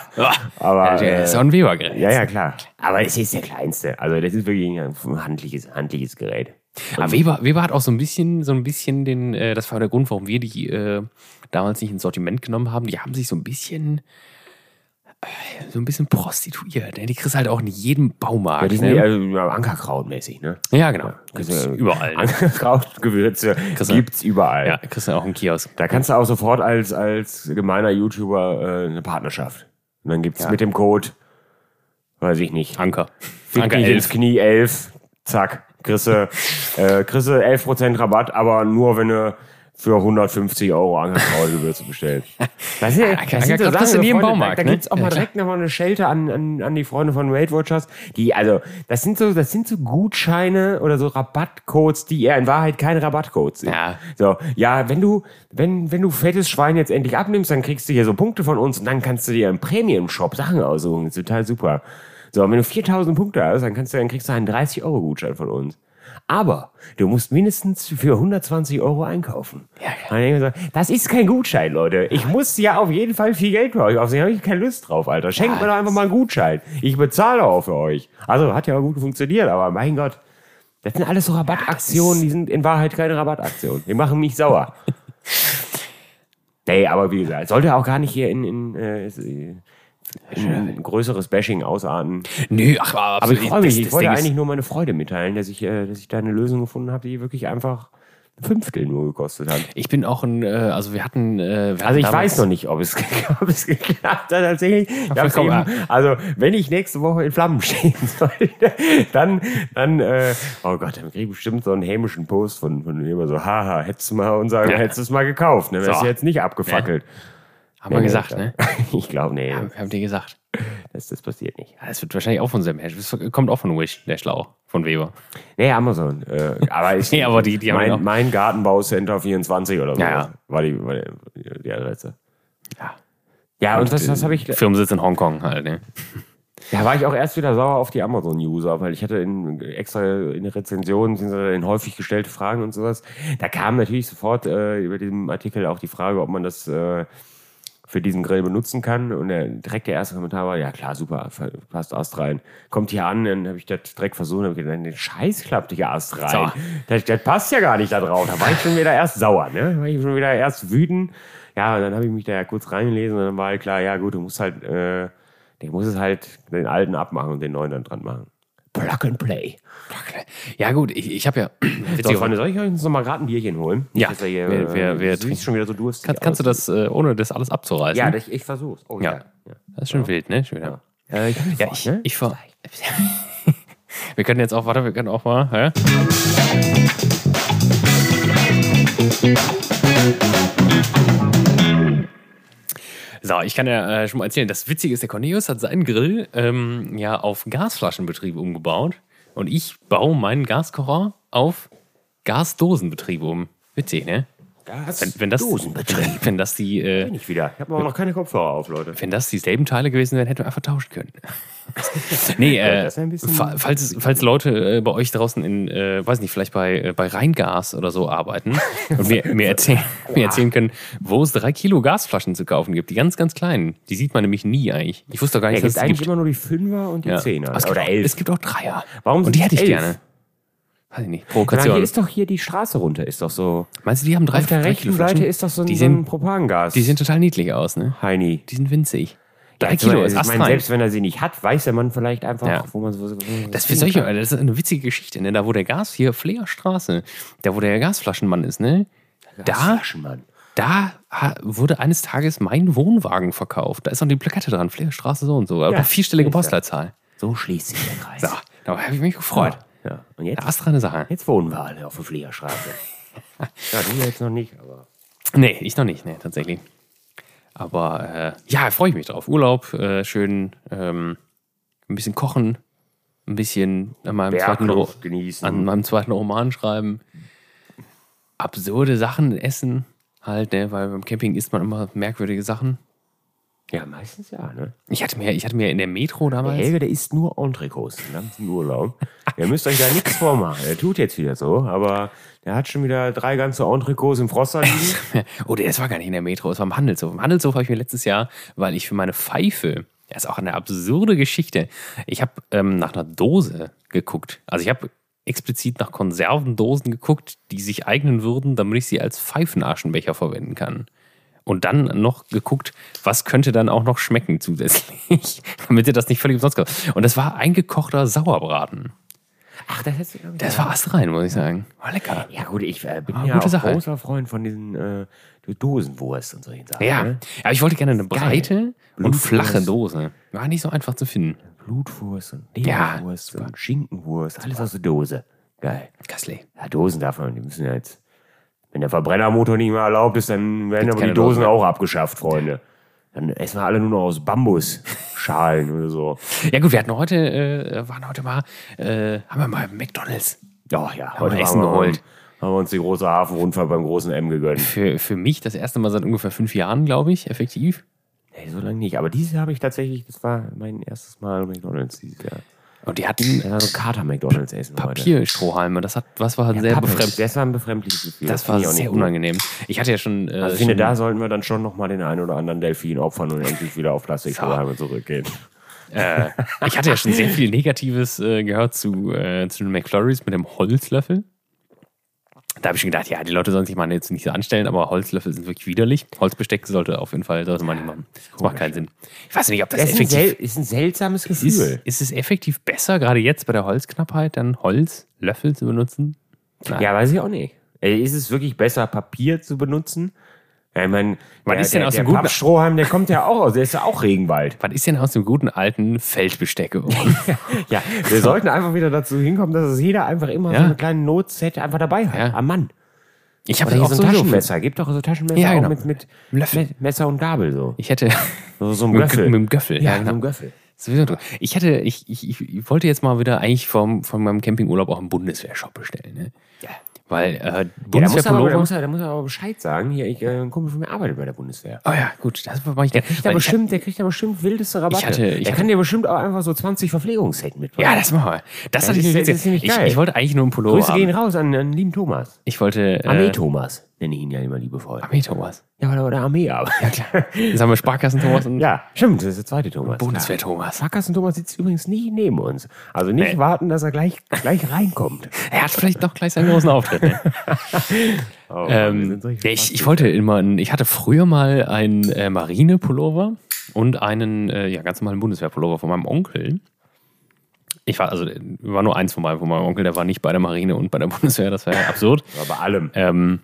Aber, ja, der äh, ist auch ein Webergrill. ja, ja, klar. Aber es ist der kleinste. Also, das ist wirklich ein handliches, handliches Gerät. Aber Weber, Weber hat auch so ein bisschen, so ein bisschen den, äh, das war der Grund, warum wir die äh, damals nicht ins Sortiment genommen haben. Die haben sich so ein bisschen, äh, so ein bisschen prostituiert. Ne? Die kriegst du halt auch in jedem Ja, Baumarkt. die Ja, sind ne? eher, äh, Ankerkrautmäßig, ne? ja genau. Gibt's kriegst du- überall. Ne? Ankerkrautgewürze du- Äh, gibt's überall. Ja, kriegst du auch im Kiosk. Da kannst du auch sofort als, als gemeiner YouTuber äh, eine Partnerschaft. Und dann gibt's mit dem Code, weiß ich nicht, Anker. fick dich ins Knie 11, zack, Chrisse, äh, Chrisse 11% Rabatt, aber nur wenn du für 150 Euro Ankerkrautgewürze bestellst. Das, sind- das sind so Ankerkraut Sachen, kriegst du Ah, in jedem Freunde, Baumarkt, Da, da ne? gibt's auch Ja, mal klar. direkt nochmal eine Schelte an, an, an die Freunde von Weight Watchers. Die, also, das sind so, das sind so Gutscheine oder so Rabattcodes, die eher in Wahrheit keine Rabattcodes sind. Ja. So, ja, wenn du, wenn, wenn du fettes Schwein jetzt endlich abnimmst, dann kriegst du hier so Punkte von uns und dann kannst du dir im Premium-Shop Sachen aussuchen. Ist total super. So, und wenn du 4000 Punkte hast, dann kannst du, dann kriegst du einen 30-Euro-Gutschein von uns. Aber du musst mindestens für 120 Euro einkaufen. Ja, ja. Und dann denk ich mir so, das ist kein Gutschein, Leute. Ich muss ja auf jeden Fall viel Geld für euch aufsehen. Da habe ich keine Lust drauf, Alter. Schenkt mir doch einfach mal einen Gutschein. Ich bezahle auch für euch. Also hat ja gut funktioniert, aber mein Gott. Das sind alles so Rabattaktionen, die sind in Wahrheit keine Rabattaktionen. Die machen mich sauer. nee, aber wie gesagt, sollte auch gar nicht hier in, in, äh, in ein größeres Bashing ausarten. Nö, ach, aber, Aber ich freue mich, das- ich das wollte Ding ist- eigentlich nur meine Freude mitteilen, dass ich, äh, dass ich da eine Lösung gefunden habe, die wirklich einfach ein Fünftel nur gekostet hat. Ich bin auch ein, äh, also wir hatten, äh, wir Also ich hatten damals- weiß noch nicht, ob es, ob es geklappt hat tatsächlich. Ich hab's komm, ah. eben, also wenn ich nächste Woche in Flammen stehen sollte, dann, dann, äh, oh Gott, dann kriege ich bestimmt so einen hämischen Post von, von immer so, haha, hättest du mal unser, Ja. hättest du es mal gekauft, ne? Wärst So. du jetzt nicht abgefackelt. haben wir gesagt, ne? Ich glaube, nee, Wir haben dir gesagt. das, das passiert nicht. Ja, Das wird wahrscheinlich auch von Sam Hash. Das kommt auch von Wish, der Schlau, von Weber. Nee, Amazon. Äh, aber ich, Nee, aber die- die haben mein, ja auch- mein Gartenbaucenter 24 oder so Ja, ja. war, die, war die, die Adresse. Ja. Ja, und äh, das, das habe ich. Firmensitz in Hongkong halt, ne? Da war ich auch erst wieder sauer auf die Amazon-User, weil ich hatte in, extra in der Rezension, beziehungsweise in häufig gestellte Fragen und sowas, da kam natürlich sofort äh, über diesem Artikel auch die Frage, ob man das äh, für diesen Grill benutzen kann. Und der, direkt der erste Kommentar war, ja klar, super, ver- passt Ast rein. Kommt hier an, dann habe ich das direkt versucht, habe gedacht, den Scheiß klappt hier Ast rein. So. Das, das passt ja gar nicht da drauf. Da war ich schon wieder erst sauer, ne? Da war ich schon wieder erst wütend. Ja, und dann habe ich mich da ja kurz reingelesen und dann war halt klar, ja gut, du musst halt, äh, ich muss es halt den alten abmachen und den neuen dann dran machen. Plug and play. Ja, gut, ich, ich habe ja. So, Witzigerweise. Freunde, soll ich euch jetzt nochmal gerade ein Bierchen holen? Ja, dass ihr hier, wir- äh, wir- wir du siehst trinken. schon wieder so durstig kannst, kannst du aus. das, äh, ohne das alles abzureißen? Ja, das- ich, ich versuch's. Oh, Ja. ja. ja. das ist schon wild, ne? Schon wieder. Äh, ich, Ja, ich, ich ver. wir können jetzt auch, warte, wir können auch mal. Hä? So, ich kann ja äh, schon mal erzählen, das Witzige ist, der Cornelius hat seinen Grill ähm, ja auf Gasflaschenbetrieb umgebaut und ich baue meinen Gaskocher auf Gasdosenbetrieb um. Witzig, ne? Wenn, wenn, das, Dosenbetrieb. wenn das die äh, Bin ich wieder. Ich habe aber noch keine Kopfhörer auf, Leute. wenn das dieselben Teile gewesen wären, hätten wir einfach tauschen können. nee, äh, das wär ein bisschen- fa- falls, falls Leute äh, bei euch draußen in, äh, weiß nicht, vielleicht bei, äh, bei Rheingas oder so arbeiten und mir, mir, erzählen, mir erzählen können, wo es drei Kilo Gasflaschen zu kaufen gibt, die ganz, ganz kleinen. Die sieht man nämlich nie eigentlich. Ich wusste doch gar Es nicht, dass gibt es eigentlich gibt. immer nur die Fünfer und die Ja. Zehner. Aber es, gibt Oder auch, elf. es gibt auch Dreier. Warum Und die sind's hätte ich elf? gerne. Weiß ich nicht. Na, hier Provokation. ist doch hier die Straße runter, ist doch so. Meinst du, die haben drei Auf der drei rechten Kilo Flaschen? Seite ist doch so ein, Die so ein sehen, Propangas. die sehen total niedlich aus, ne? Heini. Die sind winzig. Drei Ja, Kilo ist also ich meine, astrein. selbst wenn er sie nicht hat, weiß der Mann vielleicht einfach, Ja. wo man so. so- so- Das, für solche, das ist eine witzige Geschichte, ne? Da, wo der Gas, hier Fleerstraße, da, wo der Gasflaschenmann ist, ne? Da, Flaschenmann. da ha- wurde eines Tages mein Wohnwagen verkauft. Da ist noch die Plakette dran, Fleerstraße so und so. Aber Ja, vierstellige siehst du. Postleitzahl. So schließt sich der Kreis. So, da habe ich mich gefreut. Ja. Und jetzt? Ja. Astreine Sache. Jetzt wohnen wir alle auf der Fliegerstraße. ja, du jetzt noch nicht, aber. Nee, ich noch nicht, nee, tatsächlich. Aber äh, ja, freue ich mich drauf. Urlaub, äh, schön ähm, ein bisschen kochen, ein bisschen an meinem, zweiten, Ro Bergluft genießen. an meinem zweiten Roman schreiben, absurde Sachen essen, halt, ne, weil beim Camping isst man immer merkwürdige Sachen. ja, meistens ja, ne? Ich hatte mir, ich hatte mir in der Metro Der damals. Helge, der isst nur Entrecos den ganzen Urlaub. Ihr müsst euch da nichts vormachen. Er tut jetzt wieder so, aber der hat schon wieder drei ganze Entrecos im Froster liegen. Oh, nee, das war gar nicht in der Metro, das war im Handelshof. Im Handelshof habe ich mir letztes Jahr, weil ich für meine Pfeife, das ist auch eine absurde Geschichte, ich habe ähm, nach einer Dose geguckt. Also ich habe explizit nach Konservendosen geguckt, die sich eignen würden, damit ich sie als Pfeifenaschenbecher verwenden kann. Und dann noch geguckt, was könnte dann auch noch schmecken zusätzlich, damit ihr das nicht völlig umsonst kauft. Und das war eingekochter Sauerbraten. Ach, das hättest du Das war astrein, muss ich sagen. War lecker. Ja, gut, ich äh, bin Ah, ja gute auch Sache. großer Freund von diesen äh, Dosenwurst und solchen Sachen. Ja, Ne? aber ich wollte gerne eine Geil. breite und Blutwurst. flache Dose. War nicht so einfach zu finden. Blutwurst und Ja, Leberwurst und Schinkenwurst, alles aus der Dose. Geil. Kassle. Ja, Dosen darf man, die müssen ja jetzt. Wenn der Verbrennermotor nicht mehr erlaubt ist, dann werden aber keine die Dosen Dosen mehr. auch abgeschafft, Freunde. Dann essen wir alle nur noch aus Bambusschalen oder so. Ja gut, wir hatten heute, äh, waren heute mal, äh, haben wir mal McDonalds Doch, ja, wir Essen haben wir- geholt. Haben wir uns die große Hafenrundfahrt beim großen M gegönnt. für, für mich das erste Mal seit ungefähr fünf Jahren, glaube ich, effektiv. Nee, so lange nicht. Aber dieses habe ich tatsächlich, das war mein erstes Mal McDonalds dieses Jahr. Und die hatten äh, Das war so Kater McDonalds essen heute. Papierstrohhalme. Das hat, was war sehr Pappe, befremdlich. Das war ein befremdliches Gefühl. Das war finde ich auch sehr nicht gut. unangenehm. Ich hatte ja schon. Äh, Also ich finde, schon- da sollten wir dann schon nochmal den einen oder anderen Delfin opfern und endlich wieder auf Plastikstrohhalme zurückgehen. äh, ich hatte ja schon sehr viel Negatives äh, gehört zu, äh, zu den McFlurries mit dem Holzlöffel. Da habe ich schon gedacht, ja, die Leute sollen sich mal jetzt nicht so anstellen, aber Holzlöffel sind wirklich widerlich. Holzbesteck sollte auf jeden Fall, sollte man nicht machen. Das macht keinen Sinn. Ich weiß nicht, ob das, Das ist ein, effektiv sel ist ein seltsames Gefühl. ist. Ist es effektiv besser, gerade jetzt bei der Holzknappheit, dann Holzlöffel zu benutzen? Ja, weiß ich auch nicht. Äh, Ist es wirklich besser, Papier zu benutzen? Ja, Ich meine, Was der, ist denn der, aus der dem guten- Pappstrohhalm, der kommt ja auch aus, der ist ja auch Regenwald. Was ist denn aus dem guten alten Feldbesteck geworden? Ja, wir sollten einfach wieder dazu hinkommen, dass es jeder einfach immer Ja. so einen kleinen Notset einfach dabei hat, Ja. am Mann. Ich habe das Oder hier auch so so ein sowieso mit. Taschenmesser, gibt doch so Taschenmesser Ja, genau. auch mit, mit Löffel. Me- Messer und Gabel so. Ich hätte So, so ein mit, Göffel. mit dem Göffel. genau. ja, so ein Göffel. Sowieso drin. Ich hatte, ich, ich, ich wollte jetzt mal wieder eigentlich vom, von meinem Campingurlaub auch einen Bundeswehrshop bestellen, ne? Ja. Weil äh, Ja, da muss, er aber, da, Bundeswehrpullover. muss er, da muss er aber Bescheid sagen. Hier, ich, äh, ein Kumpel von mir arbeitet bei der Bundeswehr. oh ja, gut, das mache ich gerne. Der, Weil ich- bestimmt, der kriegt ja bestimmt wildeste Rabatte. Ich hatte- ich der hatte- kann dir bestimmt auch einfach so 20 Verpflegungsset mitbringen. Ja, das machen wir. Das, hatte ist- ich mir das ist jetzt. ziemlich Ich, geil. ich wollte eigentlich nur einen Pullover Grüße gehen haben. raus an, an lieben Thomas. Ich wollte. Armee Äh, Thomas nenne ich ihn ja immer liebevoll. Armee Thomas. Ja, weil er bei der Armee arbeitet. Ja, klar. Jetzt haben wir Sparkassen Thomas und ja, stimmt, das ist der zweite Thomas. Bundeswehr Ja. Thomas. Sackgassen Thomas sitzt übrigens nie neben uns. Also nicht warten, dass er gleich, gleich reinkommt. Er hat vielleicht noch gleich seinen großen Auftritt. Ne? Oh, wir Ähm, sind solche ja, ich, ich Spasten. wollte immer, einen- ich hatte früher mal einen äh, Marine-Pullover und einen äh, ja, ganz normalen Bundeswehr-Pullover von meinem Onkel. Ich war, also, äh, war nur eins von meinem, von meinem Onkel, der war nicht bei der Marine und bei der Bundeswehr, das wäre ja absurd. Aber bei allem. Ähm,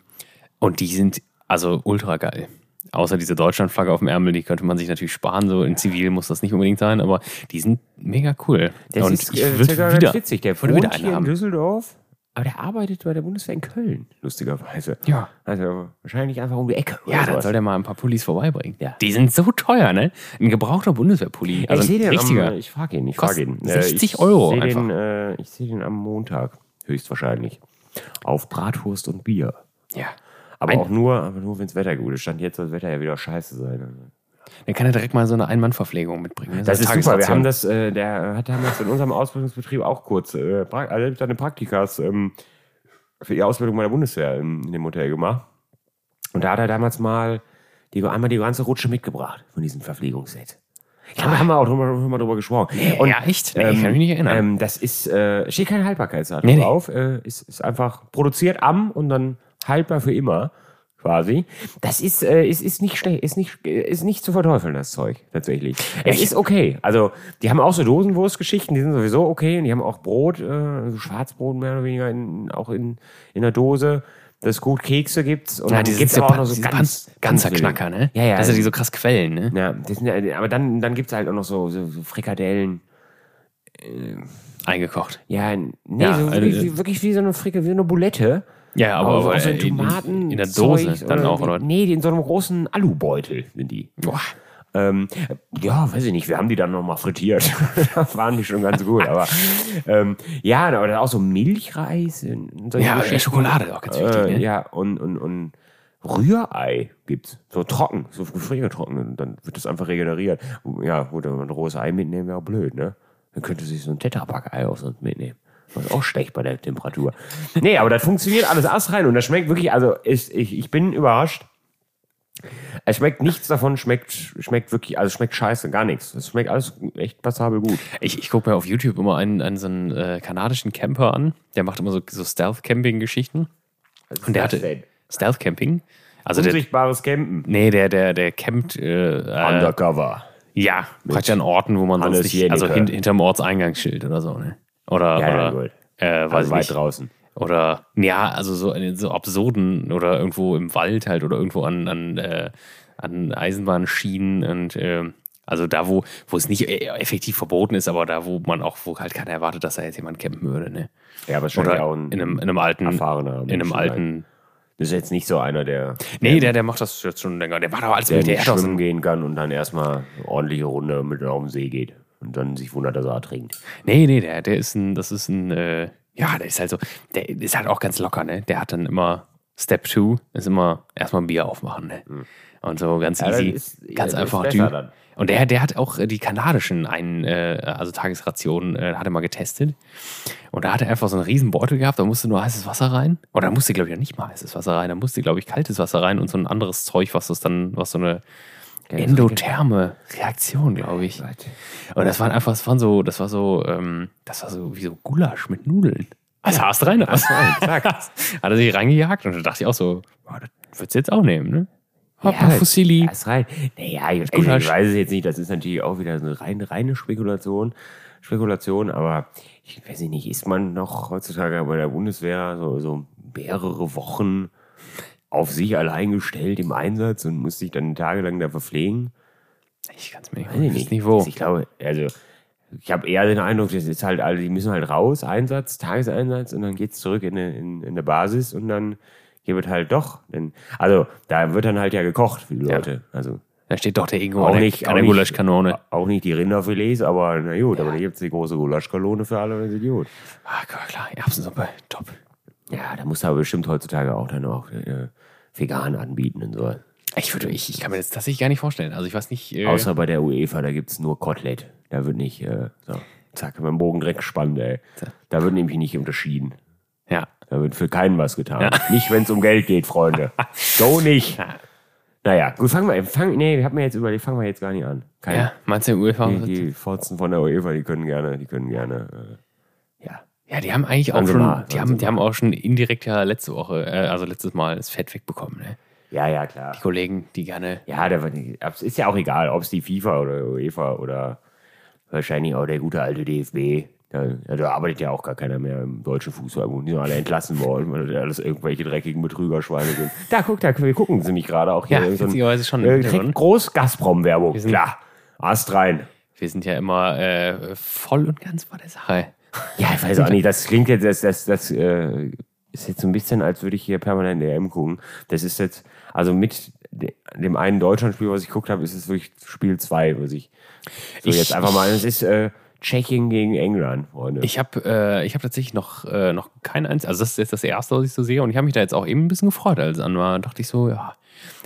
und die sind also ultra geil. Außer diese Deutschlandflagge auf dem Ärmel, die könnte man sich natürlich sparen. So in Zivil muss das nicht unbedingt sein, aber die sind mega cool. Das und ist ich äh, würd sogar wieder, ganz witzig. Der würde wohnt wieder hier einen in haben. Düsseldorf, aber der arbeitet bei der Bundeswehr in Köln, lustigerweise. Ja. Also wahrscheinlich einfach um die Ecke. oder Ja, dann sowas. soll der mal ein paar Pullis vorbeibringen. Ja. Die sind so teuer, ne? Ein gebrauchter Bundeswehrpulli. Ja, Also ich ein sehe den richtiger. Am, ich frage ihn, ich Kostet frage ihn. Äh, 60 ich Euro sehe einfach. Den, äh, ich sehe den am Montag, höchstwahrscheinlich. Auf Bratwurst und Bier. ja. Aber Ein- auch nur, aber nur wenn das Wetter gut ist. Stand jetzt soll das Wetter ja wieder scheiße sein. Dann kann er direkt mal so eine Einmannverpflegung mitbringen. ne? So Das eine ist super. Wir Tagesration. haben das, äh, der hat damals in unserem Ausbildungsbetrieb auch kurz, äh, pra also seine Praktikas ähm, für die Ausbildung bei der Bundeswehr in, in dem Hotel gemacht. Und da hat er damals mal die, einmal die ganze Rutsche mitgebracht von diesem Verpflegungsset. Ich glaube, da haben wir auch drüber, schon mal drüber gesprochen. Und, ja, echt? Nee, ich kann mich nicht erinnern. Ähm, das ist, äh, steht kein Haltbarkeitsdatum Nee, nee. drauf. Äh, ist, ist einfach produziert am und dann haltbar für immer. Quasi. Das ist, äh, ist, ist nicht schlecht, ist nicht, äh, ist nicht zu verteufeln, das Zeug, tatsächlich. Es ist okay. Also, die haben auch so Dosenwurstgeschichten, die sind sowieso okay. Und die haben auch Brot, äh, so Schwarzbrot mehr oder weniger, in, auch in, in der Dose. Das ist gut, Kekse gibt's. Und ja, dann diese, gibt's diese, aber auch noch so so diese ganz, ganz, ganzer wilde- Knacker, ne? Ja, Mhm. ja. Dass er die so krass quellen, ne? ja, das sind, ja- aber dann, dann gibt's halt auch noch so, so, so Frikadellen. Eingekocht. Ja, nee, Ja, so also, wirklich, äh, wie, wirklich wie so eine Fricke, wie eine Bulette. Ja, aber, so aber aus so in, in, Tomaten in der Dose Zeug dann oder, auch, oder? Nee, die in so einem großen Alubeutel sind die. Boah. Ähm, ja, weiß ich nicht, wir haben die dann nochmal frittiert. da waren die schon ganz gut, aber ähm, ja, oder auch so Milchreis. und solche Ja, Geschichten. Schokolade auch ganz wichtig, Äh, ne? Ja, und, und, und Rührei gibt's. So trocken, so gefriergetrocken. Und dann wird das einfach regeneriert. Ja, gut, wenn man ein rohes Ei mitnehmen, wäre auch blöd, ne? Dann könnte sich so ein Tetrapack-Ei auch sonst mitnehmen. Das ist auch schlecht bei der Temperatur. Nee, aber das funktioniert alles astrein und das schmeckt wirklich, also ich, ich, ich bin überrascht. Es schmeckt nichts davon, schmeckt, schmeckt wirklich, also schmeckt scheiße, gar nichts. Es schmeckt alles echt passabel gut. Ich, ich gucke mir auf YouTube immer einen, einen so einen äh, kanadischen Camper an. Der macht immer so, so Stealth-Camping-Geschichten. Und der hatte Stealth-Camping. Also der, Unsichtbares Campen. nee, der, der, der campt äh, äh, Undercover. Ja, praktisch an Orten, wo man Hannes sonst nicht, also hin, Jenicke. hinterm Ortseingangsschild oder so, ne? Oder, Ja, ja, oder gut. äh, weiß Also ich weit nicht. draußen. Oder ja, also so in so absurden oder irgendwo im Wald halt oder irgendwo an, an, äh, an Eisenbahnschienen und ähm, also da, wo, wo es nicht äh, effektiv verboten ist, aber da, wo man auch, wo halt keiner erwartet, dass da jetzt jemand campen würde, ne? Ja, aber es scheint ja Oder auch in ein einem, in einem alten, erfahrener in einem Mensch alten. Das ist jetzt nicht so einer, der, Nee, der, der macht das jetzt schon länger. Der war doch als der nicht Militär doch so schwimmen gehen kann und dann erstmal eine ordentliche Runde mit auf den See geht und dann sich wundert, dass er ertrinkt. Nee, nee, der, der ist ein, das ist ein, äh, ja, der ist halt so, der ist halt auch ganz locker, ne? Der hat dann immer Step 2, ist immer erstmal ein Bier aufmachen, ne? Und so ganz Hm. das easy, ist- ganz das ist einfach besser Typ. dann. Und der, der hat auch äh, die kanadischen einen, äh, also Tagesrationen, äh, hat er mal getestet. Und da hat er einfach so einen riesen Beutel gehabt, da musste nur heißes Wasser rein. Oder da musste, glaube ich, auch nicht mal heißes Wasser rein, da musste, glaube ich, kaltes Wasser rein und so ein anderes Zeug, was das dann, was so eine endotherme Reaktion, glaube ich. Und das waren einfach, das waren so, das war so, ähm, das war so wie so Gulasch mit Nudeln. Also hast rein, hast rein, zack. Hat er sich reingejagt und da dachte ich auch so, boah, das würdest du jetzt auch nehmen, ne? Hoppa, Fusilli. Das rein. Naja, ich, Gut, ich Hasch. weiß es jetzt nicht. Das ist natürlich auch wieder so eine reine, reine Spekulation. Spekulation, aber ich weiß nicht, ist man noch heutzutage bei der Bundeswehr so, so mehrere Wochen auf sich allein gestellt im Einsatz und muss sich dann tagelang da verpflegen? Ich kann es mir nicht, Weiß ich nicht. nicht. Niveau. Ich glaube, also ich habe eher den Eindruck, das ist halt, also die müssen halt raus, Einsatz, Tageseinsatz und dann geht's zurück in eine, in, in eine Basis und dann hier wird halt doch, denn, also da wird dann halt ja gekocht für die Leute. Also Da steht doch der Ingo Auch an der, nicht- an auch der nicht- Gulaschkanone. auch nicht die Rinderfilets, aber na gut, aber da gibt's die große Gulaschkanone für alle, das ist gut. Ah, klar, klar, Erbsensuppe, top. Ja, da muss aber bestimmt heutzutage auch dann auch äh, vegan anbieten und so. Ich würde, ich, ich kann mir das tatsächlich gar nicht vorstellen. Also ich weiß nicht, äh, Außer bei der UEFA, da gibt's nur Kotelett. Da wird nicht, äh, so, zack, mit dem Bogen direkt gespannt, ey. Da wird nämlich nicht unterschieden. ja. Da wird für keinen was getan. Nicht, wenn es um Geld geht, Freunde. so nicht. Naja, gut, fangen wir, fangen, nee, wir haben mir jetzt überlegt, fangen wir jetzt gar nicht an. Keine, Ja, meinst du, UEFA? die, die Forzen von der UEFA, die können gerne, die können gerne, äh, Ja. Ja, die haben eigentlich auch Also schon, nah, die, also haben, die haben auch schon indirekt ja letzte Woche, äh, also letztes Mal das Fett wegbekommen, ne? äh, ja, ja, klar. Kollegen, die gerne Ja, da, wird- ist ja auch egal, ob es die FIFA oder UEFA oder wahrscheinlich auch der gute alte DFB, Da, ja, da arbeitet ja auch gar keiner mehr im deutschen Fußballbund. Die sind alle entlassen worden, weil das alles irgendwelche dreckigen Betrügerschweine sind. Da, guck, da wir gucken sie mich gerade auch hier. Ja, so ein- witzigerweise schon. äh, Hintergrund. direkt groß Gazprom-Werbung. sind- Klar. Ast rein. Wir sind ja immer äh, voll und ganz bei der Sache. Ja, ich weiß auch nicht. Das klingt jetzt, das, das, das äh, ist jetzt so ein bisschen, als würde ich hier permanent EM gucken. Das ist jetzt, also mit de- dem einen Deutschlandspiel, was ich geguckt habe, ist es wirklich Spiel 2, was ich so Ich- jetzt einfach mal, es ist äh, Tschechien gegen England, Freunde. Ich habe äh, ich hab tatsächlich noch, äh, noch kein eins. Also, das ist jetzt das erste, was ich so sehe. Und ich habe mich da jetzt auch eben ein bisschen gefreut, als es an war. Dachte ich so, ja.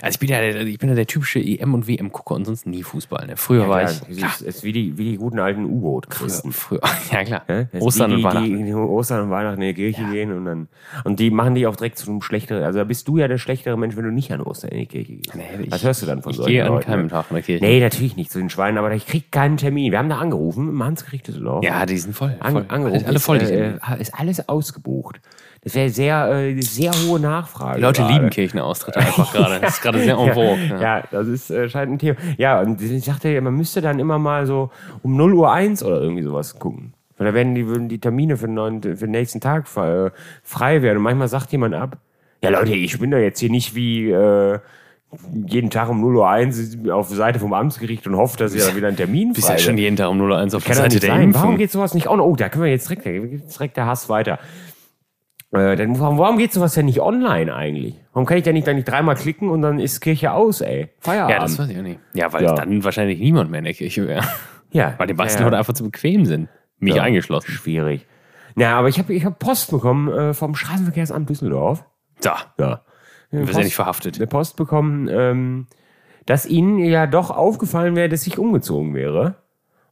Also, ich bin ja der, ich bin ja der typische EM- und WM-Gucker und sonst nie Fußball. Ne? Früher war ja, ich. es klar, ist, es ist wie, die, wie die guten alten U-Boot-Christen. früher, ja, klar. Ne? Das ist Ostern die, und die, Weihnachten. Die, die Ostern und Weihnachten in die Kirche gehen und dann. Und die machen dich auch direkt zu einem schlechteren. Also da bist du ja der schlechtere Mensch, wenn du nicht an Ostern in die Kirche gehst. Nee, Was ich- hörst du dann von ich solchen gehe an Leuten? ne? keinem Tag in der Kirche. Nee, natürlich nicht zu den Schweinen, aber ich krieg keinen Termin. Wir haben da angerufen, im Hans kriegt es doch. Ja, die sind voll. An, voll. angerufen. Alle voll. ist, die äh, ist alles ausgebucht. Das wäre sehr, äh, sehr hohe Nachfrage. Die Leute gerade. lieben Kirchenaustritte einfach gerade. Das ist gerade sehr en vogue. Ja, ne? ja, das ist äh, scheint ein Thema. Ja, und ich dachte, ja, man müsste dann immer mal so um 0 Uhr 1 oder irgendwie sowas gucken. Weil da werden die, würden die Termine für den, neuen, für den nächsten Tag frei, äh, frei werden. Und manchmal sagt jemand ab, ja Leute, ich bin doch jetzt hier nicht wie äh, jeden Tag um 0 Uhr 1 auf der Seite vom Amtsgericht und hoffe, dass ihr da wieder einen Termin Bist ja frei schon jeden Tag um 01 auf der kann doch Seite nicht der sein. Warum Impfung. geht sowas nicht on? Oh, da können wir jetzt direkt, da geht direkt der Hass weiter. Äh, dann, warum, warum geht sowas denn nicht online eigentlich? Warum kann ich da nicht, da nicht dreimal klicken und dann ist Kirche aus, ey? Feierabend. Ja, das weiß ich auch nicht. Ja, weil Ja. dann wahrscheinlich niemand mehr in der Kirche wäre. ja. Weil die meisten Leute einfach zu bequem sind. Mich Ja. eingeschlossen. Schwierig. Na, aber ich habe ich hab Post bekommen äh, vom Straßenverkehrsamt Düsseldorf. Da, Ja. wir sind ja nicht verhaftet. eine Post bekommen, ähm, dass ihnen ja doch aufgefallen wäre, dass ich umgezogen wäre.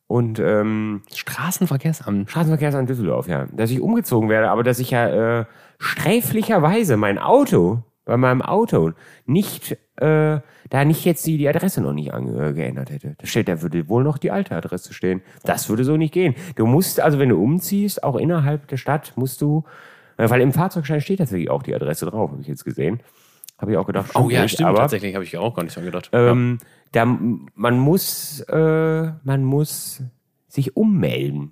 Und ähm, Straßenverkehrsamt. Straßenverkehrsamt Düsseldorf, ja. Dass ich umgezogen werde, aber dass ich ja äh, sträflicherweise mein Auto, bei meinem Auto, nicht, äh, da nicht jetzt die, die Adresse noch nicht an, äh, geändert hätte. Da steht, da würde wohl noch die alte Adresse stehen. Das würde so nicht gehen. Du musst, also wenn du umziehst, auch innerhalb der Stadt, musst du, äh, weil im Fahrzeugschein steht tatsächlich auch die Adresse drauf, habe ich jetzt gesehen. Habe ich auch gedacht, Oh ja, nicht, stimmt. aber- Tatsächlich habe ich auch gar nicht dran gedacht. ähm, da, man muss, äh, man muss sich ummelden.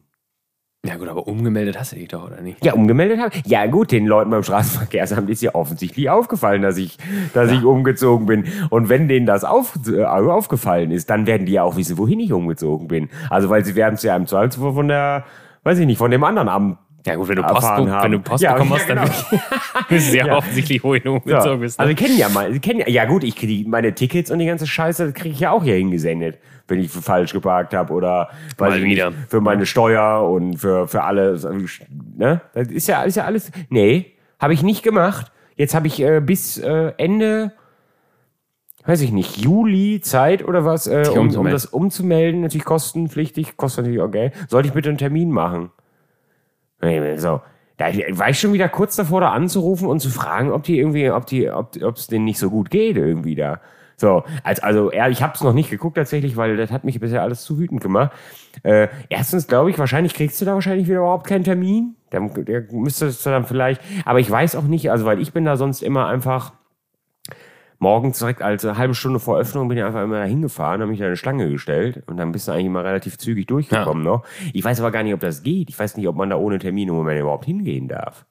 ja. ja gut, aber umgemeldet hast du dich doch, oder nicht? Ja, umgemeldet habe. Ja, gut, den Leuten beim also Straßenverkehrsamt ist ja offensichtlich aufgefallen, dass ich, dass ich umgezogen bin. Und wenn denen das auf, äh, aufgefallen ist, dann werden die ja auch wissen, wohin ich umgezogen bin. Also, weil sie werden es ja im Zweifelsfall von der, weiß ich nicht, von dem anderen Amt. Ja gut, wenn du Post, wenn Erfahren du haben. Post Ja, bekommen ja, genau. hast, dann bist du genau. ja, offensichtlich, wohin du Ja. umgezogen bist. ne? Also, kennen ja mal, sie kennen ja, ja gut, ich kriege meine Tickets und die ganze Scheiße, das kriege ich ja auch hier hingesendet, wenn ich für falsch geparkt habe oder, weiß Mal ich nicht, wieder. für meine Steuer und für, für alles. Ne? Das ist ja, ist ja alles. Nee, habe ich nicht gemacht. Jetzt habe ich äh, bis äh, Ende, weiß ich nicht, Juli Zeit oder was, äh, um, um umzumelden. das umzumelden. Natürlich kostenpflichtig, kostet natürlich auch Geld. Sollte ich bitte einen Termin machen? Nee, So. Da war ich schon wieder kurz davor, da anzurufen und zu fragen, ob die irgendwie, ob die, ob es denen nicht so gut geht irgendwie da. So, als, also ja, ich habe es noch nicht geguckt tatsächlich, weil das hat mich bisher alles zu wütend gemacht. Äh, erstens glaube ich, wahrscheinlich kriegst du da wahrscheinlich wieder überhaupt keinen Termin. Dann der müsstest du dann vielleicht, aber ich weiß auch nicht, also weil ich bin da sonst immer einfach morgens direkt als eine halbe Stunde vor Öffnung bin ich einfach immer da hingefahren, habe mich da in eine Schlange gestellt und dann bist du eigentlich immer relativ zügig durchgekommen noch. Ich weiß aber gar nicht, ob das geht. Ich weiß nicht, ob man da ohne Termin im Moment überhaupt hingehen darf.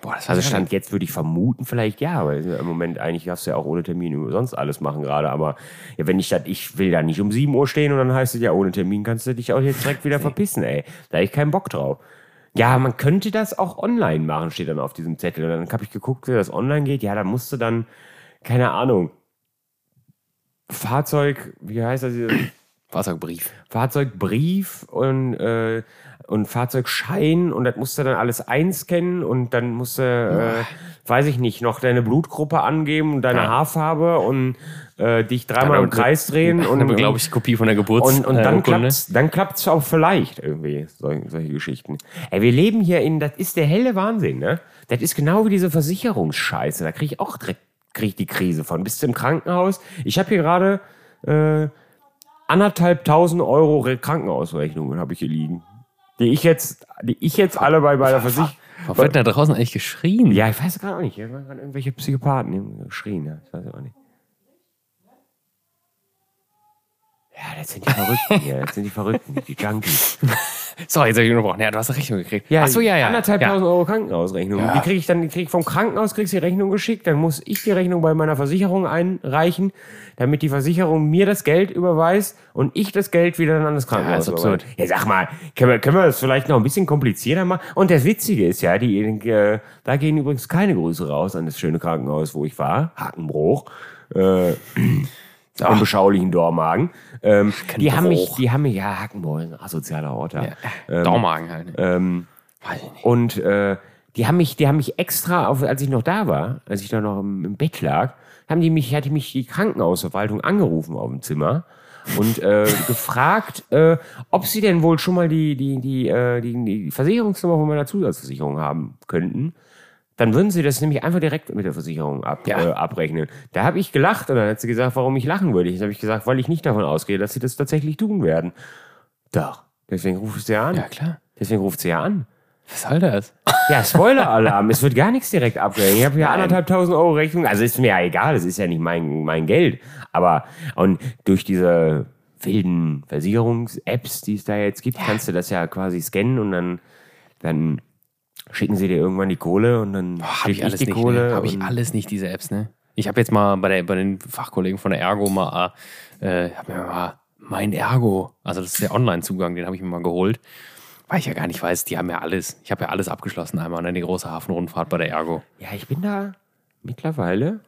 Boah, das Also weiß ich Stand jetzt würde ich vermuten, vielleicht ja, weil im Moment eigentlich darfst du ja auch ohne Termin sonst alles machen gerade. Aber ja, wenn ich das, ich will da nicht um 7 Uhr stehen und dann heißt es ja, ohne Termin kannst du dich auch jetzt direkt wieder verpissen, ey. Da habe ich keinen Bock drauf. Ja, man könnte das auch online machen, steht dann auf diesem Zettel. Und dann habe ich geguckt, wie das online geht. Ja, da musst du dann, keine Ahnung, Fahrzeug, wie heißt das? hier? nicht. Fahrzeugbrief. Fahrzeugbrief und, äh, und Fahrzeugschein und das musst du dann alles einscannen und dann musst du, äh, weiß ich nicht, noch deine Blutgruppe angeben und deine Ja. Haarfarbe und äh, dich dreimal im Kreis drehen und, Dann glaube ich, Kopie von der Geburts und, und äh, dann Urkunde. klappt's, dann klappt's auch vielleicht irgendwie, solche, solche Geschichten. Ey, wir leben hier in, das ist der helle Wahnsinn, ne? Das ist genau wie diese Versicherungsscheiße. Da krieg ich auch direkt krieg ich die Krise von. Bist du im Krankenhaus? Ich habe hier gerade äh, anderthalb tausend Euro Re- Krankenhausrechnungen habe ich hier liegen. Die ich jetzt, die ich jetzt alle bei, bei der Versicherung. Warum wird denn Oh, da draußen eigentlich geschrien? Ja, ich weiß gerade auch nicht. Hier waren gerade irgendwelche Psychopathen die haben geschrien. Ja. Ich weiß auch nicht. Ja, das sind die Verrückten hier. Das sind die Verrückten, die Junkies. Sorry, jetzt habe ich unterbrochen. Ja, du hast eine Rechnung gekriegt. Ja, Ach so, ja, ja. Anderthalb ja. tausend Euro Krankenhausrechnung. Ja. Die kriege ich dann, die krieg ich vom Krankenhaus kriegst du die Rechnung geschickt, dann muss ich die Rechnung bei meiner Versicherung einreichen, damit die Versicherung mir das Geld überweist und ich das Geld wieder dann an das Krankenhaus ist absurd. überweise. Ja, sag mal, können wir, können wir das vielleicht noch ein bisschen komplizierter machen? Und das Witzige ist ja, die, äh, da gehen übrigens keine Grüße raus an das schöne Krankenhaus, wo ich war, Hakenbruch. Äh, im beschaulichen Dormagen. Ähm, die haben mich, Bruch. die haben mich, ja, Hackenbruch, ist ein asozialer Ort. Ja. Ähm, Daumagen halt. Ähm, Weiß ich nicht. und äh, die haben mich, die haben mich extra, auf, als ich noch da war, als ich da noch im, im Bett lag, haben die mich, hatte mich die Krankenhausverwaltung angerufen auf dem Zimmer und äh, gefragt, äh, ob sie denn wohl schon mal die, die, die, äh, die, die Versicherungsnummer von meiner Zusatzversicherung haben könnten. Dann würden sie das nämlich einfach direkt mit der Versicherung ab, Ja. äh, abrechnen. Da habe ich gelacht und dann hat sie gesagt, warum ich lachen würde. Dann habe ich gesagt, weil ich nicht davon ausgehe, dass sie das tatsächlich tun werden. Doch. Deswegen rufe ich sie ja an. Ja, klar. Deswegen ruft sie ja an. Was soll das? Ja, Spoiler-Alarm. es wird gar nichts direkt abgerechnet. Ich habe ja anderthalbtausend Euro Rechnung. Also ist mir ja egal. Es ist ja nicht mein, mein Geld. Aber und durch diese wilden Versicherungs-Apps, die es da jetzt gibt, kannst du das ja quasi scannen und dann, dann schicken sie dir irgendwann die Kohle und dann Habe krieg ich alles die nicht. Kohle. Ne? Habe ich und- alles nicht, diese Apps, ne? Ich habe jetzt mal bei, der, bei den Fachkollegen von der Ergo mal, äh, hab mir mal mein Ergo, also das ist der Online-Zugang, den habe ich mir mal geholt, weil ich ja gar nicht weiß, die haben ja alles. Ich habe ja alles abgeschlossen einmal, ne? Die große Hafenrundfahrt bei der Ergo. ja, ich bin da mittlerweile,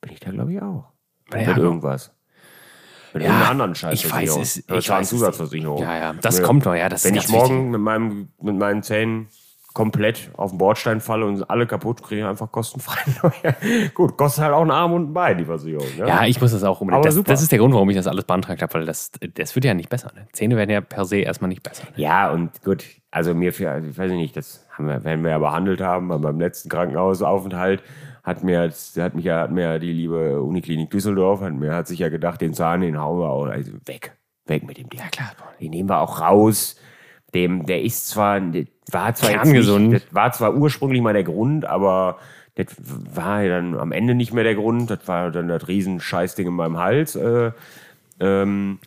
bin ich da glaube ich auch. Bei der Mit Ergo. irgendwas. Mit Ja, irgendeiner anderen Scheiß. ich weiß es- ich weiß es- Zusatzversicherung. Ja, ja, das kommt noch, ja, das Wenn ist ich ganz wichtig. morgen mit, meinem, mit meinen Zähnen komplett auf den Bordstein falle und alle kaputt kriege, einfach kostenfrei neue. Gut, kostet halt auch einen Arm und ein Bein, die Versicherung. Ne? Ja, ich muss das auch unbedingt. Aber Das, super. das ist der Grund, warum ich das alles beantragt habe, weil das, das wird ja nicht besser. Ne? Zähne werden ja per se erstmal nicht besser. Ne? Ja, und gut, also mir, für- also ich weiß nicht, das haben wir, werden wir ja behandelt haben, aber beim letzten Krankenhausaufenthalt hat mir, jetzt- hat mich ja, hat mir ja die liebe Uniklinik Düsseldorf, hat mir, hat sich ja gedacht, den Zahn, den hauen wir auch, also weg, weg mit dem Ding. Ja, klar. Den nehmen wir auch raus. Dem, der ist zwar, der war zwar jetzt Kerngesund. Nicht, das war zwar ursprünglich mal der Grund, aber das war ja dann am Ende nicht mehr der Grund. Das war dann das Riesenscheißding in meinem Hals. Äh, ähm,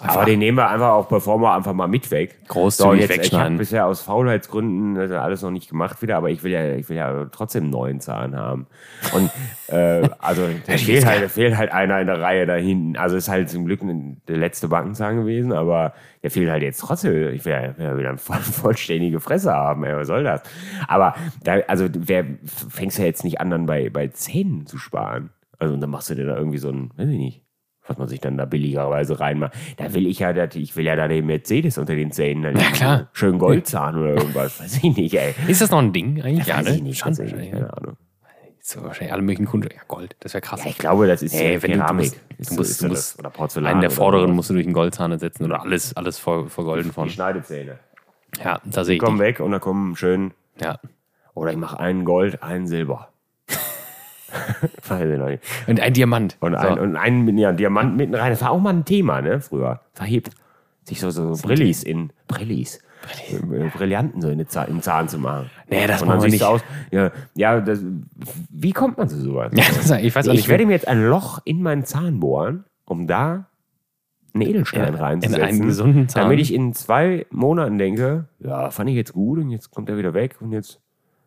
aber den nehmen wir einfach auch Performer einfach mal mit weg. Großzügig jetzt, Ich habe wegschneiden. bisher aus Faulheitsgründen das hat alles noch nicht gemacht wieder, aber ich will ja, ich will ja trotzdem einen neuen Zahn haben. Und äh, also da fehlt halt, da fehlt halt einer in der Reihe da hinten. Also ist halt zum Glück ein- der letzte Backenzahn gewesen, aber der fehlt halt jetzt trotzdem. Ich will ja, will ja wieder eine voll, vollständige Fresse haben, ey, was soll das? Aber da, also wer fängst ja jetzt nicht an, dann bei, bei Zähnen zu sparen. Also dann machst du dir da irgendwie so ein, weiß ich nicht was man sich dann da billigerweise reinmacht. Da will ich ja, das- ich will ja da den Mercedes unter den Zähnen. Dann ja, klar. Hm. Schön Goldzahn oder irgendwas. ne? Weiß ich nicht, ey. Ist das noch ein Ding eigentlich? Weiß ich nicht. Schande, wahrscheinlich. tatsächlich, Ja. Keine Ahnung. So wahrscheinlich alle möglichen Kunden. Ja, Gold, das wäre krass. Ja, ich glaube, das ist Ey, ja wenn du- du Keramik. musst- Ist du so- musst- ist du so musst das- oder Porzellan. Einen der oder vorderen sowas. musst du durch den Goldzahn ersetzen oder alles, alles voll, vergolden von. Die Schneidezähne. Ja, da sehe ich. Komm dich. weg und dann kommen schön. Ja. Oder ich mache einen Gold, einen Silber. Weiß ich noch nicht. Und ein Diamant. Und, So. ein, und einen mit ja, Diamant mitten rein. Das war auch mal ein Thema, ne? Früher. Verhebt. Sich so, so Brillis in Brillis. Äh, Brillanten so in den Zahn, im Zahn zu machen. Nee, das Und dann machen wir siehst du nicht. Aus, ja, ja das, wie kommt man zu sowas? ja, das, Also ich weiß auch Also ich nicht. werde mir jetzt ein Loch in meinen Zahn bohren, um da einen Edelstein in reinzusetzen. einen gesunden Zahn. Damit ich in zwei Monaten denke, ja, fand ich jetzt gut und jetzt kommt er wieder weg und jetzt,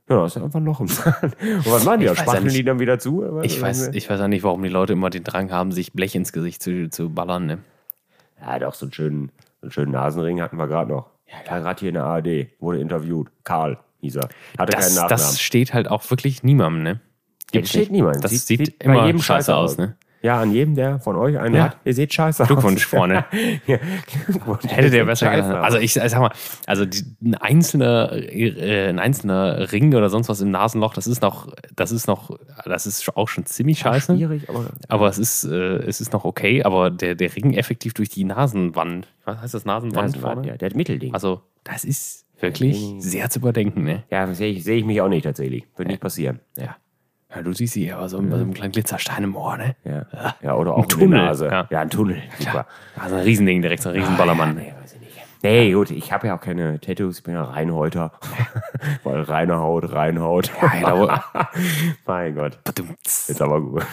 ja, da ist ja einfach ein Loch im Zahn. Und was machen die? Ich da? weiß ja Spachteln nicht. die dann wieder zu? Oder was? ich, weiß, ich weiß auch nicht, warum die Leute immer den Drang haben, sich Blech ins Gesicht zu, zu ballern. Ne? Ja, doch, so einen schönen, so einen schönen Nasenring hatten wir gerade noch. Ja, gerade hier in der ARD, wurde interviewt. Karl hieß er. Hatte keinen Das, Nachnamen. das steht halt auch wirklich niemandem. Ne? Jetzt steht niemand. Das sieht, immer scheiße aus. Ne? Ja, an jedem, der von euch einen Ja. hat, ihr seht scheiße Glückwunsch, aus. Freunde. ja, Glückwunsch. Hätte der Ihr seht besser scheiße getan. aus. Also ich ich sag mal, also die, ein einzelner, äh, ein einzelner Ring oder sonst was im Nasenloch, das ist noch, das ist noch, das ist auch schon ziemlich scheiße. schwierig, aber Aber es ist, äh, es ist noch okay. Aber der, der Ring effektiv durch die Nasenwand, was heißt das Nasenwand vorne? ja, der hat Mittelding. Also das ist wirklich sehr zu überdenken, ne? ja, sehe ich, sehe ich mich auch nicht tatsächlich. Wird nicht passieren. Ja. ja du siehst sie eher so, so einem kleinen Glitzerstein im Ohr, ne? Ja, Ah, ja oder auch in der Tunnel, Nase. ja. ein Tunnel. Super. Ah, Also ein Ah, Riesending direkt, so ein Riesenballermann. Nee, weiß ich nicht. Nee, gut, ich habe ja auch keine Tattoos, ich bin ja Reinhäuter. Weil reine Haut, reine Haut. genau. Alter, mein Gott, Badumts. jetzt aber gut.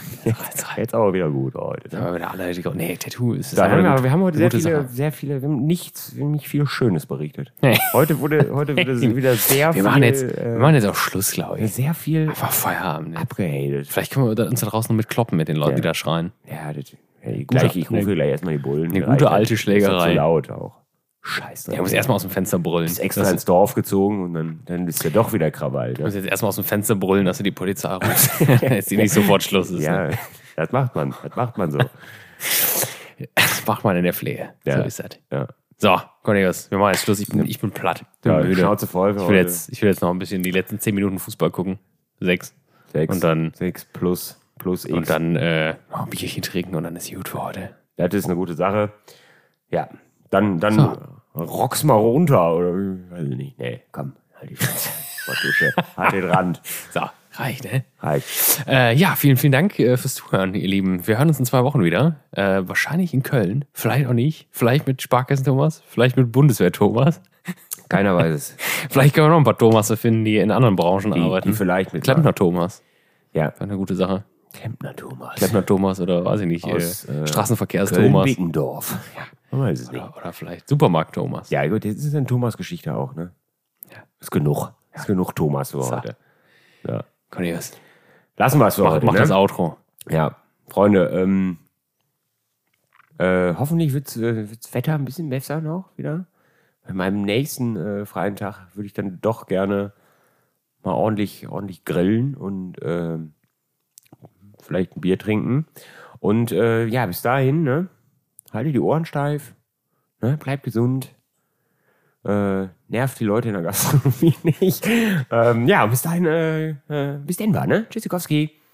Jetzt aber wieder gut heute. Ne? Da haben wir wieder alle, die- nee, Tattoo ist ist Da haben eine wir, gute- aber wir haben heute sehr gute viele, Sache. sehr viele, wir haben nichts, wir haben nicht viel Schönes berichtet. Nee. Heute wurde, heute wurde wieder sehr Wir viel, machen, jetzt, wir äh, machen jetzt auch Schluss, glaube ich. sehr viel Einfach Feierabend. Ne? abgehatet. Vielleicht können wir da- uns da draußen noch mit kloppen mit den Leuten, Ja. die da schreien. Ja, das, hey, gleich, ich rufe eine- gleich erstmal die Bullen. eine Reicht gute das. alte Ist das Schlägerei. zu laut auch. Scheiße. Der muss erstmal aus dem Fenster brüllen. ist extra Dass- ins Dorf gezogen und dann, dann ist ja doch wieder Krawall. Du Das, musst jetzt erstmal aus dem Fenster brüllen, dass du die Polizei rufst. dass die nicht sofort Schluss ist. Ne? ja, das macht man. Das macht man so. Das macht man in der Pflege. Ja. So ist das. Ja. So, Cornelius, wir machen jetzt Schluss. Ich bin, ich bin platt. Bin Ja, müde. Schnauze voll. für Ich will, heute. jetzt, ich will jetzt noch ein bisschen die letzten 10 Minuten Fußball gucken. Sechs. sechs, und dann- sechs plus, plus X. Und dann äh, noch ein Bierchen trinken und dann ist gut für heute. Das ist eine gute Sache. Ja, dann, dann So. rock's mal runter oder weiß ich nicht. Nee, komm, halt die Schnauze. Gott, du Chef. halt den Rand. So, reicht, ne? Halt. Äh, ja, vielen, vielen Dank äh, fürs Zuhören, ihr Lieben. Wir hören uns in zwei Wochen wieder. Äh, wahrscheinlich in Köln. Vielleicht auch nicht. Vielleicht mit Sparkassen Thomas. Vielleicht mit Bundeswehr Thomas. Keiner weiß es. Vielleicht können wir noch ein paar Thomasse finden, die in anderen Branchen Die, arbeiten. die vielleicht mit. Klempner Thomas. Ja. War eine gute Sache. Klempner Thomas. Klempner Thomas oder weiß ich nicht. Aus, äh, äh, Straßenverkehrs Thomas. Bickendorf. Ja. Man weiß es nicht. Oder, oder vielleicht Supermarkt Thomas. Ja, gut, jetzt ist eine Thomas-Geschichte auch, ne? Ist genug. Ist genug Thomas für heute. Ja. Cornelius, Lassen wir es für mach, heute. mach ne? das Outro. Ja, Freunde, ähm, äh, hoffentlich wird's, äh, wird's Wetter ein bisschen besser noch wieder. Bei meinem nächsten äh, freien Tag würde ich dann doch gerne mal ordentlich, ordentlich grillen und ähm, vielleicht ein Bier trinken. Und äh, ja, bis dahin, ne? Halte die Ohren steif, ne? Bleibt gesund. Äh, nervt die Leute in der Gastronomie nicht. Ähm, ja, bis dahin, äh, äh, bis Denver, ne? Tschüssikowski.